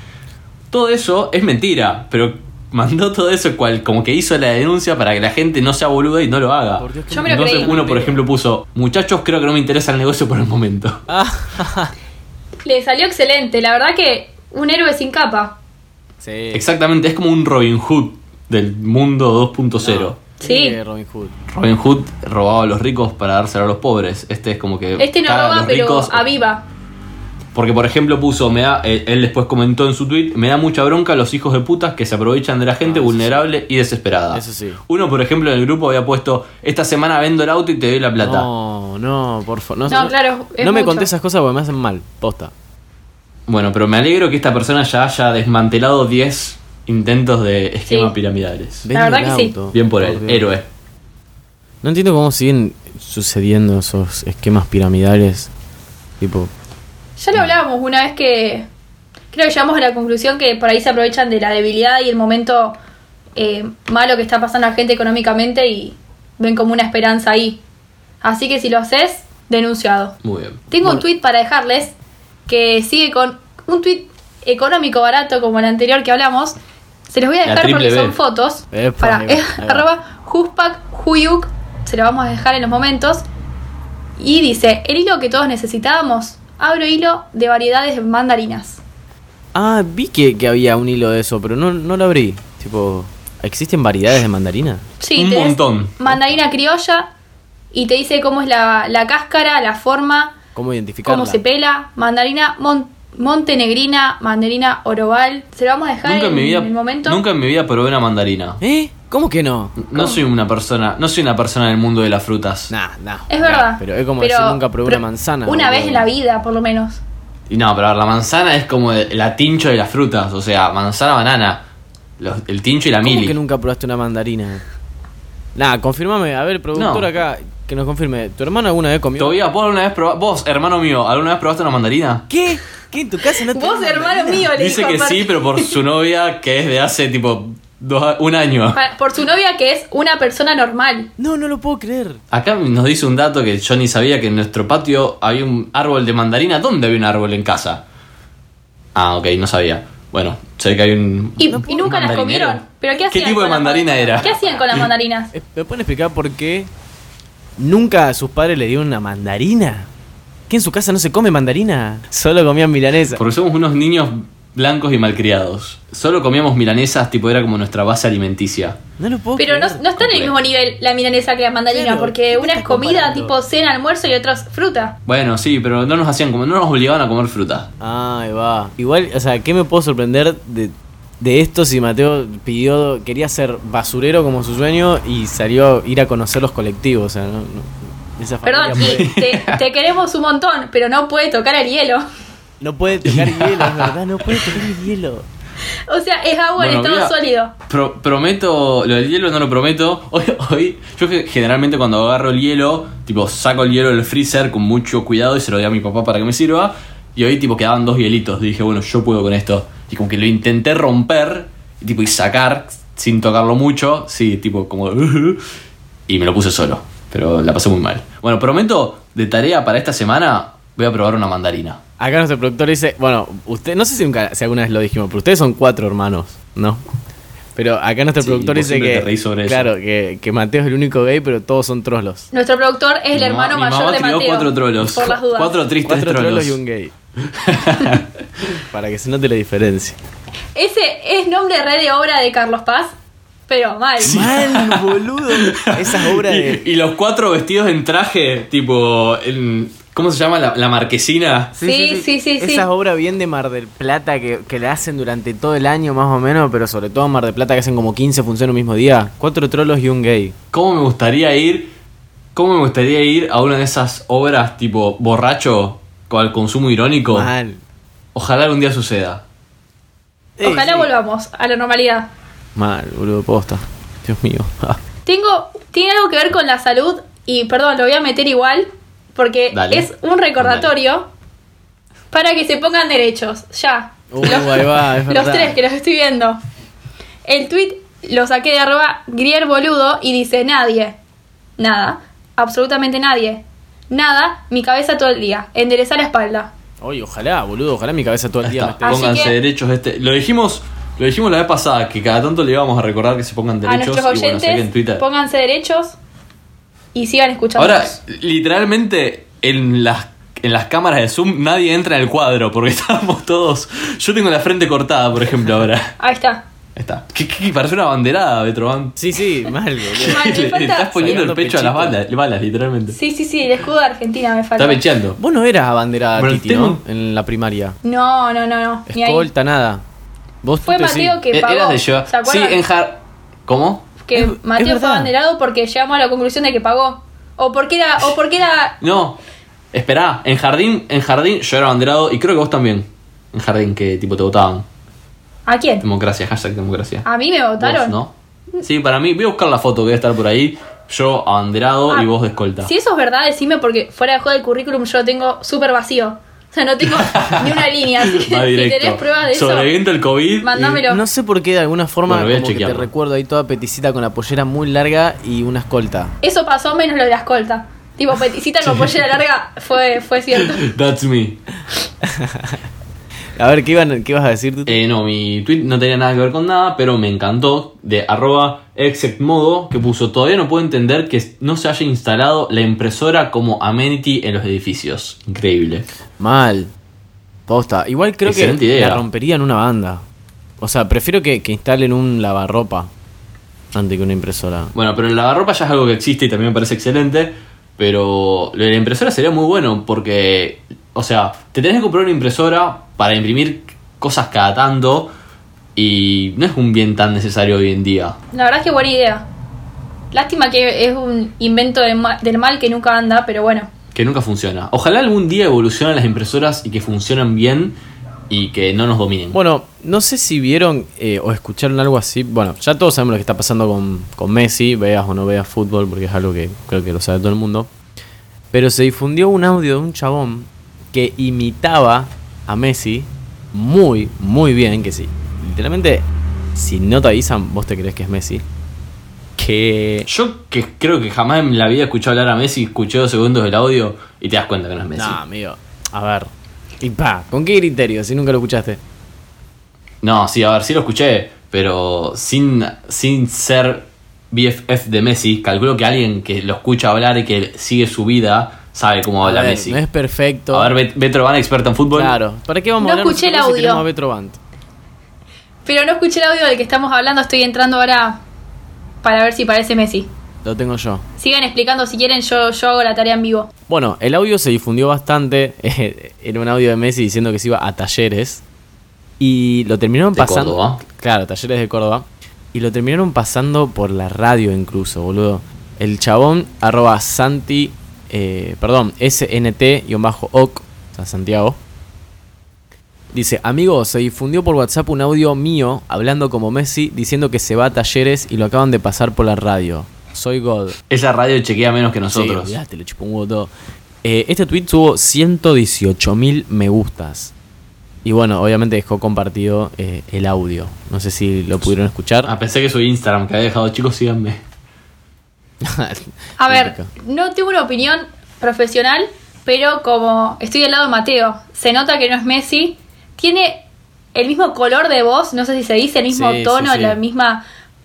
B: Todo eso es mentira, pero mandó todo eso cual, como que hizo la denuncia para que la gente no sea boluda y no lo haga.
D: Por Dios, que
C: Yo me lo
B: Entonces
C: creí.
B: uno, por ejemplo, puso, muchachos, creo que no me interesa el negocio por el momento.
D: Ah,
C: Le salió excelente, la verdad que un héroe sin capa.
D: sí.
B: Exactamente, es como un Robin Hood del mundo 2.0.
C: Sí.
D: Eh, Robin Hood.
B: Robin Hood robaba a los ricos para dárselo a los pobres. Este es como que.
C: Este no
B: caga a
C: roba,
B: los
C: pero
B: ricos.
C: aviva.
B: Porque, por ejemplo, puso, me da, él, él después comentó en su tweet, me da mucha bronca los hijos de putas que se aprovechan de la gente
D: Ah, eso
B: vulnerable y desesperada.
D: Eso sí.
B: Uno, por ejemplo, en el grupo había puesto, esta semana vendo el auto y te doy la plata.
D: No, no, por favor. No,
C: No, claro, es
D: No me
C: mucho.
D: conté esas cosas porque me hacen mal. Posta.
B: Bueno, pero me alegro que esta persona ya haya desmantelado 10 intentos de esquemas
C: Sí.
B: piramidales.
C: La
D: Vendo
C: verdad
D: el
C: que sí.
D: auto.
B: Bien por él,
D: Dios.
B: héroe.
D: No entiendo cómo siguen sucediendo esos esquemas piramidales. Tipo,
C: Ya
B: Mm.
C: lo hablábamos una vez que creo que llegamos a la conclusión que por ahí se aprovechan de la debilidad y el momento eh, malo que está pasando la gente económicamente y ven como una esperanza ahí. Así que si lo haces, denunciado.
B: Muy bien.
C: Tengo un tuit para dejarles que sigue con un tuit económico barato como el anterior que hablamos. Se los voy a
B: La
C: dejar porque
B: triple B.
C: son fotos. [laughs]
D: Epa,
C: para
D: ahí va, ahí va.
C: arroba Juspak Huyuk se lo vamos a dejar en los momentos. Y dice, el hilo que todos necesitábamos, abro hilo de variedades de mandarinas.
D: Ah, vi que, que había un hilo de eso, pero no, no lo abrí. Tipo, ¿existen variedades de mandarina?
C: Sí,
B: Un
C: tenés
B: montón.
C: Mandarina criolla y te dice cómo es la, la cáscara, la forma,
D: ¿Cómo identificarla?
C: cómo se pela. Mandarina mon- montenegrina, mandarina oroval. Se lo vamos a dejar
B: Nunca en mi vida,
C: el momento.
B: nunca en mi vida probé una mandarina.
D: ¿Eh? ¿Cómo que no?
B: No soy una persona, no soy una persona del mundo de las frutas.
D: Nah, nah.
C: Es
D: nah,
C: verdad.
D: Pero es como
C: Pero-
D: decir nunca probé
C: pero
D: una manzana.
C: Una
D: boludo.
C: vez en la vida, por lo menos.
B: Y no, pero a ver, la manzana es como de- la tincho de las frutas, o sea, manzana, banana, los- el tincho y la
D: ¿Cómo
B: mili.
D: que nunca probaste una mandarina? Nah, confirmame. A ver, productor
B: No.
D: acá, que nos confirme. ¿Tu hermano alguna vez comió?
B: Todavía, vos alguna vez probaste, vos, hermano mío, ¿alguna vez probaste una mandarina?
D: ¿Qué? ¿Qué? ¿En tu casa no
C: Vos,
D: tenés
C: hermano mío, le
B: Dice
C: dijo
B: que
C: aparte.
B: sí, pero por su novia, que es de hace tipo dos a- un
C: [laughs]
B: año.
C: Pa- Por su novia que es una persona normal.
D: No, no lo puedo creer.
B: Acá nos dice un dato que yo ni sabía que en nuestro patio había un árbol de mandarina. ¿Dónde había un árbol en casa? Ah, ok, no sabía. Bueno, sé que hay un...
C: Y,
D: No
C: y
D: puedo-
C: nunca las
B: mandarinero.
C: comieron. ¿Pero qué
B: ¿Qué
C: hacían?
B: tipo de
C: con las
B: mandarina era?
C: mandarinas? ¿Qué hacían
B: [laughs]
C: con las mandarinas?
D: Eh, ¿Me pueden explicar por qué nunca a sus padres le dieron una mandarina? ¿Que en su casa no se come mandarina? Solo comían milanesa.
B: Porque somos unos niños blancos y malcriados. Solo comíamos milanesas, tipo era como nuestra base alimenticia.
D: No lo puedo
C: Pero no,
D: creer.
C: no está en el mismo nivel la milanesa que la mandarina,
D: Claro,
C: porque
D: ¿qué
C: una es
D: estás
C: comida
D: comparando?
C: tipo cena, almuerzo y otra es fruta.
B: Bueno, sí, pero no nos hacían como, no nos obligaban a comer fruta.
D: Ahí va. Igual, o sea, ¿qué me puedo sorprender de, de esto si Mateo pidió, quería ser basurero como su sueño y salió a ir a conocer los colectivos? O sea, no, no- esa familia
C: Perdón,
D: puede-
C: y te, te queremos un montón, pero no puede tocar el hielo.
D: no puede tocar hielo, es verdad, no puede tocar el hielo.
C: O sea, es agua en
B: Bueno,
C: estado
B: mira,
C: sólido.
B: pro- prometo, lo del hielo no lo prometo. [laughs] Hoy, hoy, yo ge- generalmente cuando agarro el hielo, tipo saco el hielo del freezer con mucho cuidado y se lo doy a mi papá para que me sirva. Y hoy tipo quedaban dos hielitos. Y dije, bueno, yo puedo con esto. Y como que lo intenté romper y tipo y sacar sin tocarlo mucho. Sí, tipo como... [laughs] y me lo puse solo. Pero la pasé muy mal. Bueno, prometo de tarea para esta semana voy a probar una mandarina.
D: Acá nuestro productor dice, bueno, usted, no sé si, nunca- si alguna vez lo dijimos, pero ustedes son cuatro hermanos, ¿no? Pero acá nuestro
B: Sí,
D: productor
B: vos
D: dice
B: siempre
D: que,
B: te reís sobre eso.
D: claro, que, que Mateo es el único gay, pero todos son trolos.
C: Nuestro productor es el
B: Mi ma-
C: hermano
B: mi
C: mayor
B: mamá
C: de
B: crió
C: Mateo.
B: cuatro trolos.
C: Por las dudas.
B: Cuatro tristes
D: Cuatro
B: trolos.
D: trolos y
B: [laughs]
D: un gay. Para que se note la diferencia.
C: Ese es nombre de red de obra de Carlos Paz, pero mal.
D: Mal, boludo. Esas obras de.
B: Y, y los cuatro vestidos en traje, tipo, en- ¿cómo se llama? La, la marquesina.
C: Sí, sí, sí, sí.
D: Esas obras bien de Mar del Plata que, que la hacen durante todo el año más o menos, pero sobre todo en Mar del Plata que hacen como 15 funciones un mismo día. Cuatro trolos y un gay.
B: ¿Cómo me gustaría ir? ¿Cómo me gustaría ir a una de esas obras tipo borracho con el consumo irónico?
D: Mal.
B: Ojalá algún día suceda.
C: Ojalá
D: Sí, sí.
C: volvamos a la normalidad.
D: Mal, boludo, posta. Dios [laughs] mío.
C: Tengo, tiene algo que ver con la salud y perdón, lo voy a meter igual porque
B: Dale.
C: es un recordatorio para que se pongan derechos, ya.
D: Uh, ahí va, es
C: Los
D: verdad.
C: tres que los estoy viendo. El tweet lo saqué de arroba Grier Boludo y dice nadie. Nada. Absolutamente nadie. Nada. Mi cabeza todo el día. Enderezar la espalda.
D: Oye, ojalá, boludo, ojalá mi cabeza todo
B: Ya
D: el día me
B: está,
D: esté.
C: Así
B: pónganse
C: que-
B: derechos este. Lo dijimos, lo dijimos la vez pasada, que cada tanto le íbamos a recordar que se pongan
C: A
B: derechos.
C: nuestros
B: y bueno, sé que en
C: oyentes,
B: Twitter.
C: pónganse derechos y sigan escuchando.
B: Ahora, literalmente, en las, en las cámaras de Zoom nadie entra en el cuadro, porque [laughs] estábamos todos. Yo tengo la frente cortada, por ejemplo, ahora.
C: Ahí está.
B: Ahí está. ¿Qué, qué- qué? parece una banderada, Betroban.
D: Sí, sí, mal, boludo.
C: [laughs] Mal,
B: [laughs] Le,
C: me falta-
B: estás poniendo el
D: Sacando
B: pecho a las
D: pechito.
B: balas, balas, literalmente.
C: Sí, sí, sí, el escudo de Argentina me falta.
B: Está pecheando.
D: Vos no eras abanderada,
B: Bueno, el
D: Titi,
B: tema-
D: ¿no? En la primaria.
C: No, no, no, no. ni ahí.
D: Escolta, nada. Vos
C: Fue
D: Tute, sí.
C: Mateo que
B: E-
C: pagó.
B: Eras de llevar-
C: ¿Se
B: Sí,
C: acuerdan?
B: en Har. ¿Cómo?
C: que
D: Es- es
C: Mateo fue
D: verdad.
C: abanderado porque llegamos a la conclusión de que pagó. O porque era, o porque era
B: No. Esperá, en jardín, en jardín yo era abanderado y creo que vos también. En jardín, que tipo te votaban.
C: ¿A quién?
B: Democracia, hashtag democracia.
C: A mí me Ah, votaron.
B: Vos, ¿no? Sí, para mí, voy a buscar la foto que debe estar por ahí. Yo abanderado
C: Ah,
B: y vos de escolta.
C: Si eso es verdad, decime porque fuera de juego del currículum yo lo tengo súper vacío. O sea, no
B: [laughs]
C: tengo ni una línea. Así que
B: Va
C: si
B: directo.
C: tenés pruebas de eso,
B: Sobreviviendo el COVID.
C: mandámelo.
D: No sé por qué, de alguna forma,
B: Bueno, voy a
D: como que te
B: chequearlo.
D: recuerdo ahí toda peticita con la pollera muy larga y una escolta.
C: Eso pasó menos lo de la escolta. Tipo, peticita con pollera larga fue, fue cierto.
B: That's me.
D: A ver, ¿qué, iban, qué ibas a decir tú?
B: Eh, no, mi tweet no tenía nada que ver con nada, pero me encantó de arroba execmodo que puso todavía no puedo entender que no se haya instalado la impresora como amenity en los edificios. Increíble.
D: Mal. Posta. Igual creo
B: Excelente
D: que
B: idea.
D: la romperían una banda. O sea, prefiero que, que instalen un lavarropa antes que una impresora.
B: Bueno, pero el lavarropa ya es algo que existe y también me parece excelente, pero lo de la impresora sería muy bueno porque, o sea, te tenés que comprar una impresora para imprimir cosas cada tanto y no es un bien tan necesario hoy en día.
C: La verdad es que buena idea. Lástima que es un invento del ma- del mal que nunca anda, pero bueno.
B: que nunca funciona. Ojalá algún día evolucionen las impresoras y que funcionen bien y que no nos dominen.
D: Bueno, no sé si vieron eh, o escucharon algo así. Bueno, ya todos sabemos lo que está pasando con, con Messi, veas o no veas fútbol, porque es algo que creo que lo sabe todo el mundo. Pero se difundió un audio de un chabón que imitaba a Messi muy, muy bien, que sí. Literalmente, si no te avisan, vos te crees que es Messi. Que...
B: Yo que creo que jamás en la vida escuché hablar a Messi, escuché dos segundos del audio y te das cuenta que no es Messi.
D: No, amigo. A ver. Y pa, ¿con qué criterio si nunca lo escuchaste?
B: No, sí, a ver, sí lo escuché, pero sin, sin ser BFF de Messi, calculo que alguien que lo escucha hablar y que sigue su vida sabe cómo habla
D: A ver,
B: Messi.
D: No es perfecto.
B: A ver, Bet- Betro Van, experto en fútbol.
D: Claro. ¿Para qué vamos
C: No
D: a hablar
C: escuché el
D: nosotros si
C: audio.
D: tenemos a Betro Band?
C: Pero no escuché el audio del que estamos hablando, estoy entrando ahora para ver si parece Messi.
D: Lo tengo yo.
C: Sigan explicando si quieren, yo, yo hago la tarea en vivo.
D: Bueno, el audio se difundió bastante. eh, Era un audio de Messi diciendo que se iba a talleres. Y lo terminaron
B: De
D: pasando.
B: Córdoba.
D: Claro, talleres de Córdoba. Y lo terminaron pasando por la radio incluso, boludo. El chabón, arroba Santi, eh, perdón, SNT-OC, o sea, Santiago. Dice, amigo, se difundió por WhatsApp un audio mío hablando como Messi diciendo que se va a talleres y lo acaban de pasar por la radio. Soy God.
B: Esa radio chequea menos que
D: Sí,
B: nosotros.
D: olvidate, le chupó un huevo todo. Eh, este tweet tuvo 118 mil me gustas. Y bueno, obviamente dejó compartido eh, el audio. No sé si lo pudieron escuchar.
B: ah, pensé que soy Instagram, que había dejado, chicos, síganme.
D: Ah. [laughs]
C: A ver,
D: Típica.
C: no tengo una opinión profesional, pero como estoy al lado de Mateo, se nota que no es Messi, tiene el mismo color de voz, no sé si se dice, el mismo
D: Sí,
C: tono,
D: sí, sí.
C: la misma,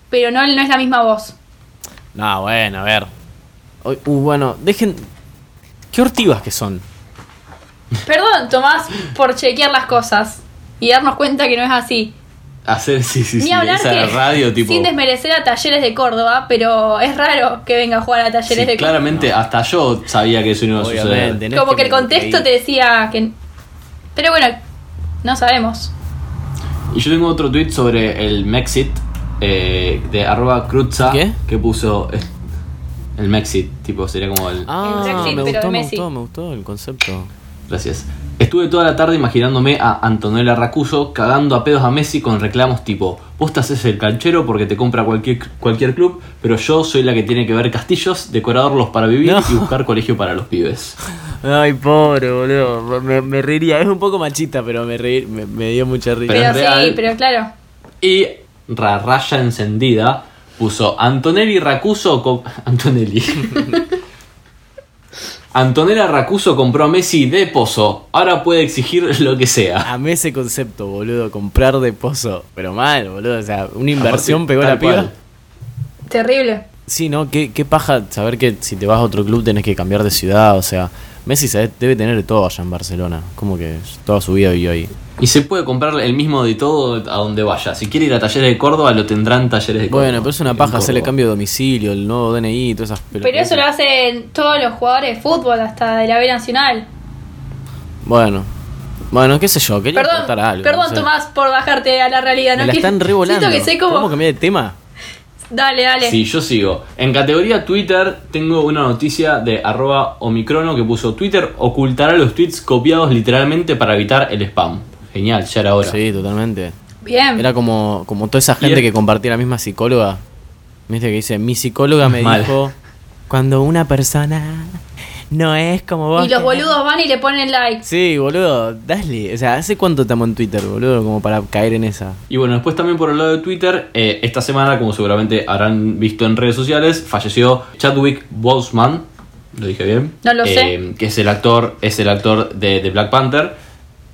C: pero no, no es la
B: [laughs]
C: misma voz.
D: No, bueno, a ver. Uy, uh, bueno, dejen. Qué hortivas que son.
C: Perdón, Tomás, por chequear las cosas y darnos cuenta que no es así.
B: Hacer, [laughs] sí, sí,
C: Ni
B: sí.
C: hablar
B: Esa
C: que,
B: radio, tipo.
C: sin desmerecer a Talleres de Córdoba, pero es raro que venga a jugar a Talleres
B: Sí,
C: de Córdoba.
B: claramente, hasta yo sabía que eso no iba a
D: Obviamente.
B: suceder.
D: no es
C: Como que el
D: me
C: contexto te
D: creí.
C: decía que... Pero bueno, no sabemos.
B: Y yo tengo otro tweet sobre el Mexit eh, de arroba Cruzza
D: ¿Qué?
B: que puso eh, el Mexit, tipo sería como el...
D: Ah,
C: El Brexit,
D: me
C: pero de
D: gustó, me
C: Messi.
D: gustó, me gustó el concepto.
B: Gracias. Estuve toda la tarde imaginándome a Antonella Racuso cagando a pedos a Messi con reclamos tipo, vos te haces el canchero porque te compra cualquier, cualquier club, pero yo soy la que tiene que ver castillos, decorarlos para vivir
D: No.
B: y buscar colegio para los pibes.
D: Ay, pobre, boludo. Me, me reiría. Es un poco machita, pero me, reí, me, me dio mucha risa.
B: Pero
C: Pero,
B: es real.
C: sí, pero claro.
B: Y ra- raya encendida puso Antonelli Racuso. co- [laughs] Antonelli. Antonella Racuso compró a Messi de pozo. Ahora puede exigir lo que sea.
D: Amé ese concepto, boludo, comprar de pozo. Pero mal, boludo, o sea, una inversión
B: Aparte,
D: pegó la
B: tal
D: piba.
B: cual.
C: Terrible.
D: Sí, ¿no? ¿Qué, qué paja saber que si te vas a otro club tenés que cambiar de ciudad, o sea, Messi se- debe tener de todo allá en Barcelona. Como que toda su vida vivió ahí.
B: Y se puede comprar el mismo de todo a donde vaya. Si quiere ir a Talleres de Córdoba, lo tendrán en Talleres de Córdoba.
D: Bueno, pero es una
B: En
D: paja hacerle
B: Córdoba.
D: cambio de domicilio, el nuevo DNI, todas esas
C: Pero, eso lo hacen todos los jugadores de fútbol, hasta de la B Nacional.
D: Bueno. Bueno, qué sé yo, quería
C: Perdón,
D: contar algo.
C: perdón
D: no sé.
C: Tomás, por bajarte a la realidad.
D: Me
C: ¿no?
D: la
C: quiero-
D: están revolando.
C: Siento que sé como...
D: ¿Podemos cambiar de tema?
C: Dale, dale.
B: Sí, yo sigo. En categoría Twitter tengo una noticia de arroba omicrono que puso Twitter ocultará los tweets copiados literalmente para evitar el spam. Genial, ya era hora.
D: Sí, totalmente.
C: Bien.
D: Era como, como toda esa gente
B: el-
D: que compartía la misma psicóloga. Viste que dice, mi psicóloga me
B: Mal.
D: dijo, cuando una persona no es como vos.
C: Y los
D: querés".
C: boludos van y le ponen like.
D: Sí, boludo, dale. O sea, ¿hace cuánto estamos en Twitter, boludo? Como para caer en esa.
B: Y bueno, después también por el lado de Twitter, eh, esta semana, como seguramente habrán visto en redes sociales, falleció Chadwick Boseman, lo dije bien.
C: No lo
B: Eh, Que es el actor, es el actor de, de Black Panther.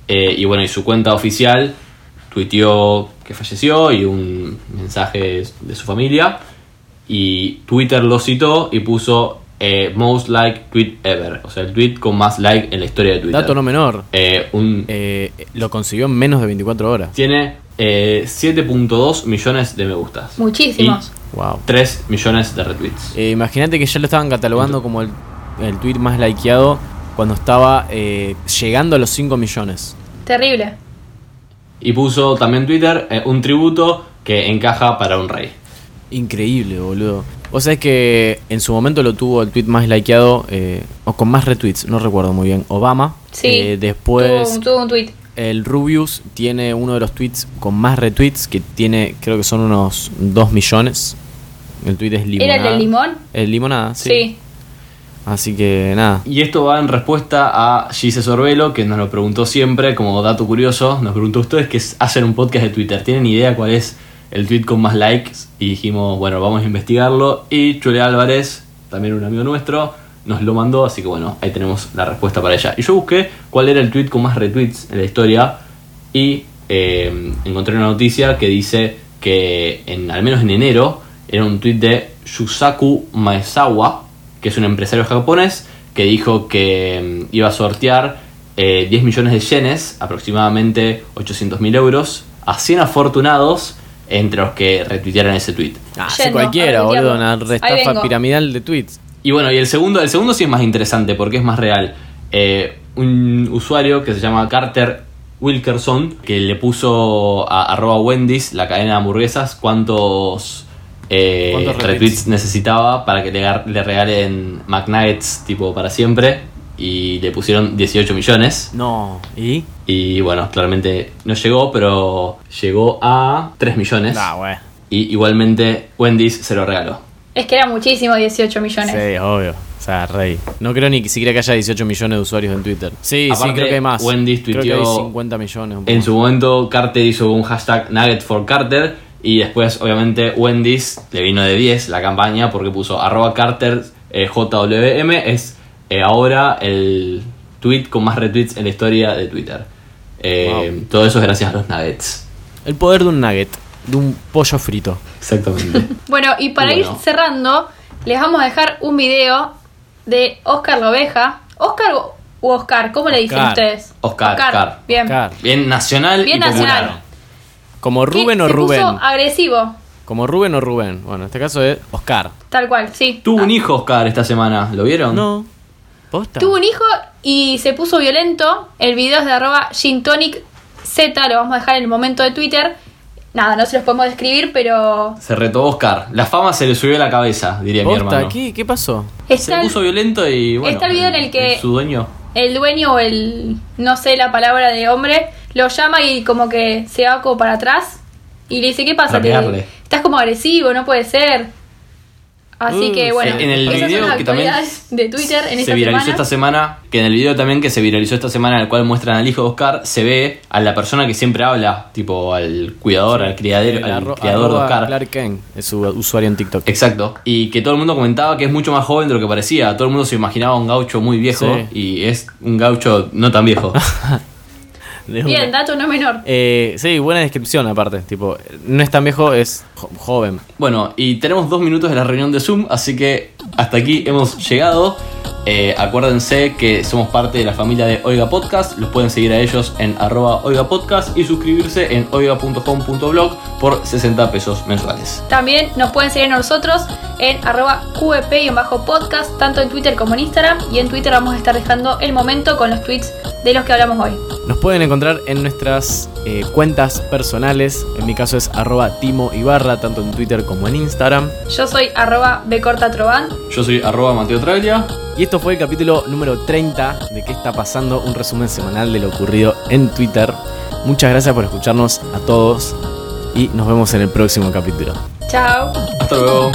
B: Eh, y bueno, y su cuenta oficial tuiteó que falleció y un mensaje de su familia. Y Twitter lo citó y puso eh, most like tweet ever. O sea, el tweet con más like en la historia de Twitter.
D: Dato no menor.
B: Eh, un,
D: Eh, lo consiguió en menos de 24 horas.
B: Tiene eh, 7.2 millones de me gustas.
C: Muchísimos.
D: Wow.
B: 3 millones de retweets.
D: Eh, Imagínate que ya lo estaban catalogando como el, el tweet más likeado cuando estaba eh, llegando a los 5 millones.
C: Terrible.
B: Y puso también Twitter eh, un tributo que encaja para un rey.
D: Increíble, boludo. Vos sabés que en su momento lo tuvo el tweet más likeado, eh, o con más retweets, no recuerdo muy bien, Obama.
C: Sí.
D: Eh, después
C: Tuvo, tuvo un tweet.
D: el Rubius tiene uno de los tweets con más retweets, que tiene, creo que son unos 2 millones. El tweet es limonada.
C: ¿Era el del limón?
D: El limonada, sí.
C: Sí.
D: Así que nada.
B: Y esto va en respuesta a Gise Sorbelo, que nos lo preguntó siempre, como dato curioso, nos preguntó ustedes que hacen un podcast de Twitter, ¿tienen idea cuál es el tweet con más likes? Y dijimos, bueno, vamos a investigarlo. Y Chule Álvarez, también un amigo nuestro, nos lo mandó, así que bueno, ahí tenemos la respuesta para ella. Y yo busqué cuál era el tweet con más retweets en la historia y eh, encontré una noticia que dice que en, al menos en enero era un tweet de Yusaku Maezawa, que es un empresario japonés, que dijo que mm, iba a sortear eh, 10 millones de yenes, aproximadamente 800 mil euros, a 100 afortunados entre los que retuitearan ese tweet.
D: Ah,
C: Yendo,
D: hace cualquiera,
C: a ver, diablo.
D: boludo. Una re-
C: Ahí
D: estafa
C: vengo.
D: piramidal de tweets.
B: Y bueno, y el segundo, el segundo sí es más interesante porque es más real. Eh, un usuario que se llama Carter Wilkerson, que le puso a arroba Wendy's, la cadena de hamburguesas, cuántos, eh,
D: ¿Cuántos retweets?
B: retweets? necesitaba para que le, gar- le regalen McNuggets tipo para siempre. Y le pusieron 18 millones.
D: No. ¿Y?
B: Y bueno, claramente no llegó, pero llegó a 3 millones.
D: Nah, güey.
B: Y igualmente Wendy's se lo regaló.
C: Es que era muchísimo 18 millones.
D: Sí, obvio. O sea, rey. No creo ni que siquiera que haya 18 millones de usuarios en Twitter. Sí, sí,
B: Aparte,
D: creo que hay más.
B: Wendy's
D: creo que hay
B: tuiteó
D: 50 millones. un poco
B: En
D: más.
B: su momento, Carter hizo un hashtag Nugget for Carter. Y después, obviamente, Wendy's le vino de 10 la campaña porque puso arroba Carter eh, JWM. Es eh, ahora el tweet con más retweets en la historia de Twitter. Eh, Todo eso es gracias a los Nuggets.
D: El poder de un nugget, de un pollo frito.
B: Exactamente.
C: Bueno, y para
B: Bueno.
C: ir cerrando, les vamos a dejar un video de Oscar la oveja. ¿Oscar o u Oscar? ¿Cómo le dicen
D: Oscar.
C: ustedes?
B: Oscar, Oscar.
C: Bien.
D: Car.
B: [laughs] Bien nacional
C: Bien
B: y popular.
C: nacional.
D: Como
C: Que
D: Rubén o
C: se
D: Rubén.
C: puso agresivo,
D: Como Rubén o Rubén. Bueno, en este caso es Oscar.
C: tal cual, sí. Ah.
B: Tuvo un hijo, Oscar, esta semana. ¿Lo vieron?
D: No. Posta.
C: Tuvo un hijo y se puso violento. El video es de arroba gintonic.z, lo vamos a dejar en el momento de Twitter. Nada, no se los podemos describir, pero...
B: Se retó Oscar. La fama se le subió a la cabeza, diría mi
D: Posta,
B: hermano.
D: ¿qué, ¿qué pasó?
B: Se
C: Está el-
B: puso violento y bueno.
C: Está el video en el que-
B: Su dueño.
C: el dueño o el, no sé la palabra de hombre, lo llama y como que se va como para atrás y le dice, ¿qué pasa?
B: Para
C: Te-
B: pegarle.
C: estás como agresivo, no puede ser. Así
D: Uh, sí,
C: que bueno,
B: en el
C: esas son
B: video
C: las
B: que también
C: actualidades de Twitter en
B: se
C: esta
B: viralizó
C: semana.
B: esta semana, que en el video también que se viralizó esta semana, en el cual muestran al hijo de Oscar, se ve a la persona que siempre habla, tipo al cuidador, al criadero,
D: El
B: al
D: arro-
B: criador de
D: arroba
B: Oscar.
D: Clark Kent es su usuario
B: [laughs]
D: en TikTok.
B: Exacto. Y que todo el mundo comentaba que es mucho más joven de lo que parecía. Todo el mundo se imaginaba un gaucho muy viejo
D: Sí.
B: y es un gaucho no tan
D: [laughs]
B: viejo.
D: De
C: Bien,
D: una.
C: dato no menor.
D: Eh, sí, buena descripción aparte. Tipo, no es tan viejo, es jo- joven.
B: bueno, y tenemos dos minutos de la reunión de Zoom, así que hasta aquí hemos llegado. Eh, acuérdense que somos parte de la familia de Oiga Podcast. Los pueden seguir a ellos en arroba Oiga Podcast y suscribirse en oiga.com.blog por 60 pesos mensuales.
C: También nos pueden seguir a nosotros en arroba QVP y en bajo podcast, tanto en Twitter como en Instagram. Y en Twitter vamos a estar dejando el momento con los tweets de los que hablamos hoy.
D: Nos pueden encontrar en nuestras eh, cuentas personales. En mi caso es arroba Timo Ibarra, tanto en Twitter como en Instagram.
C: Yo soy arroba Troban
B: Yo soy arroba Mateo Traglia.
D: Y esto fue el capítulo número 30 de qué está pasando, un resumen semanal de lo ocurrido en Twitter. Muchas gracias por escucharnos a todos y nos vemos en el próximo capítulo.
C: Chao.
B: Hasta luego.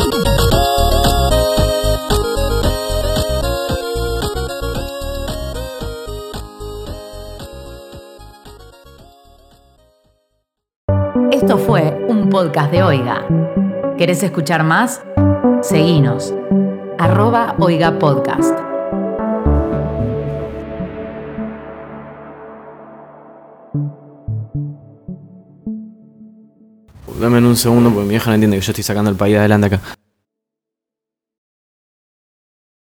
A: Esto fue un podcast de Oiga. ¿Querés escuchar más? Seguinos. Arroba Oiga Podcast.
D: Dame un segundo porque mi vieja no entiende que yo estoy sacando el país adelante acá.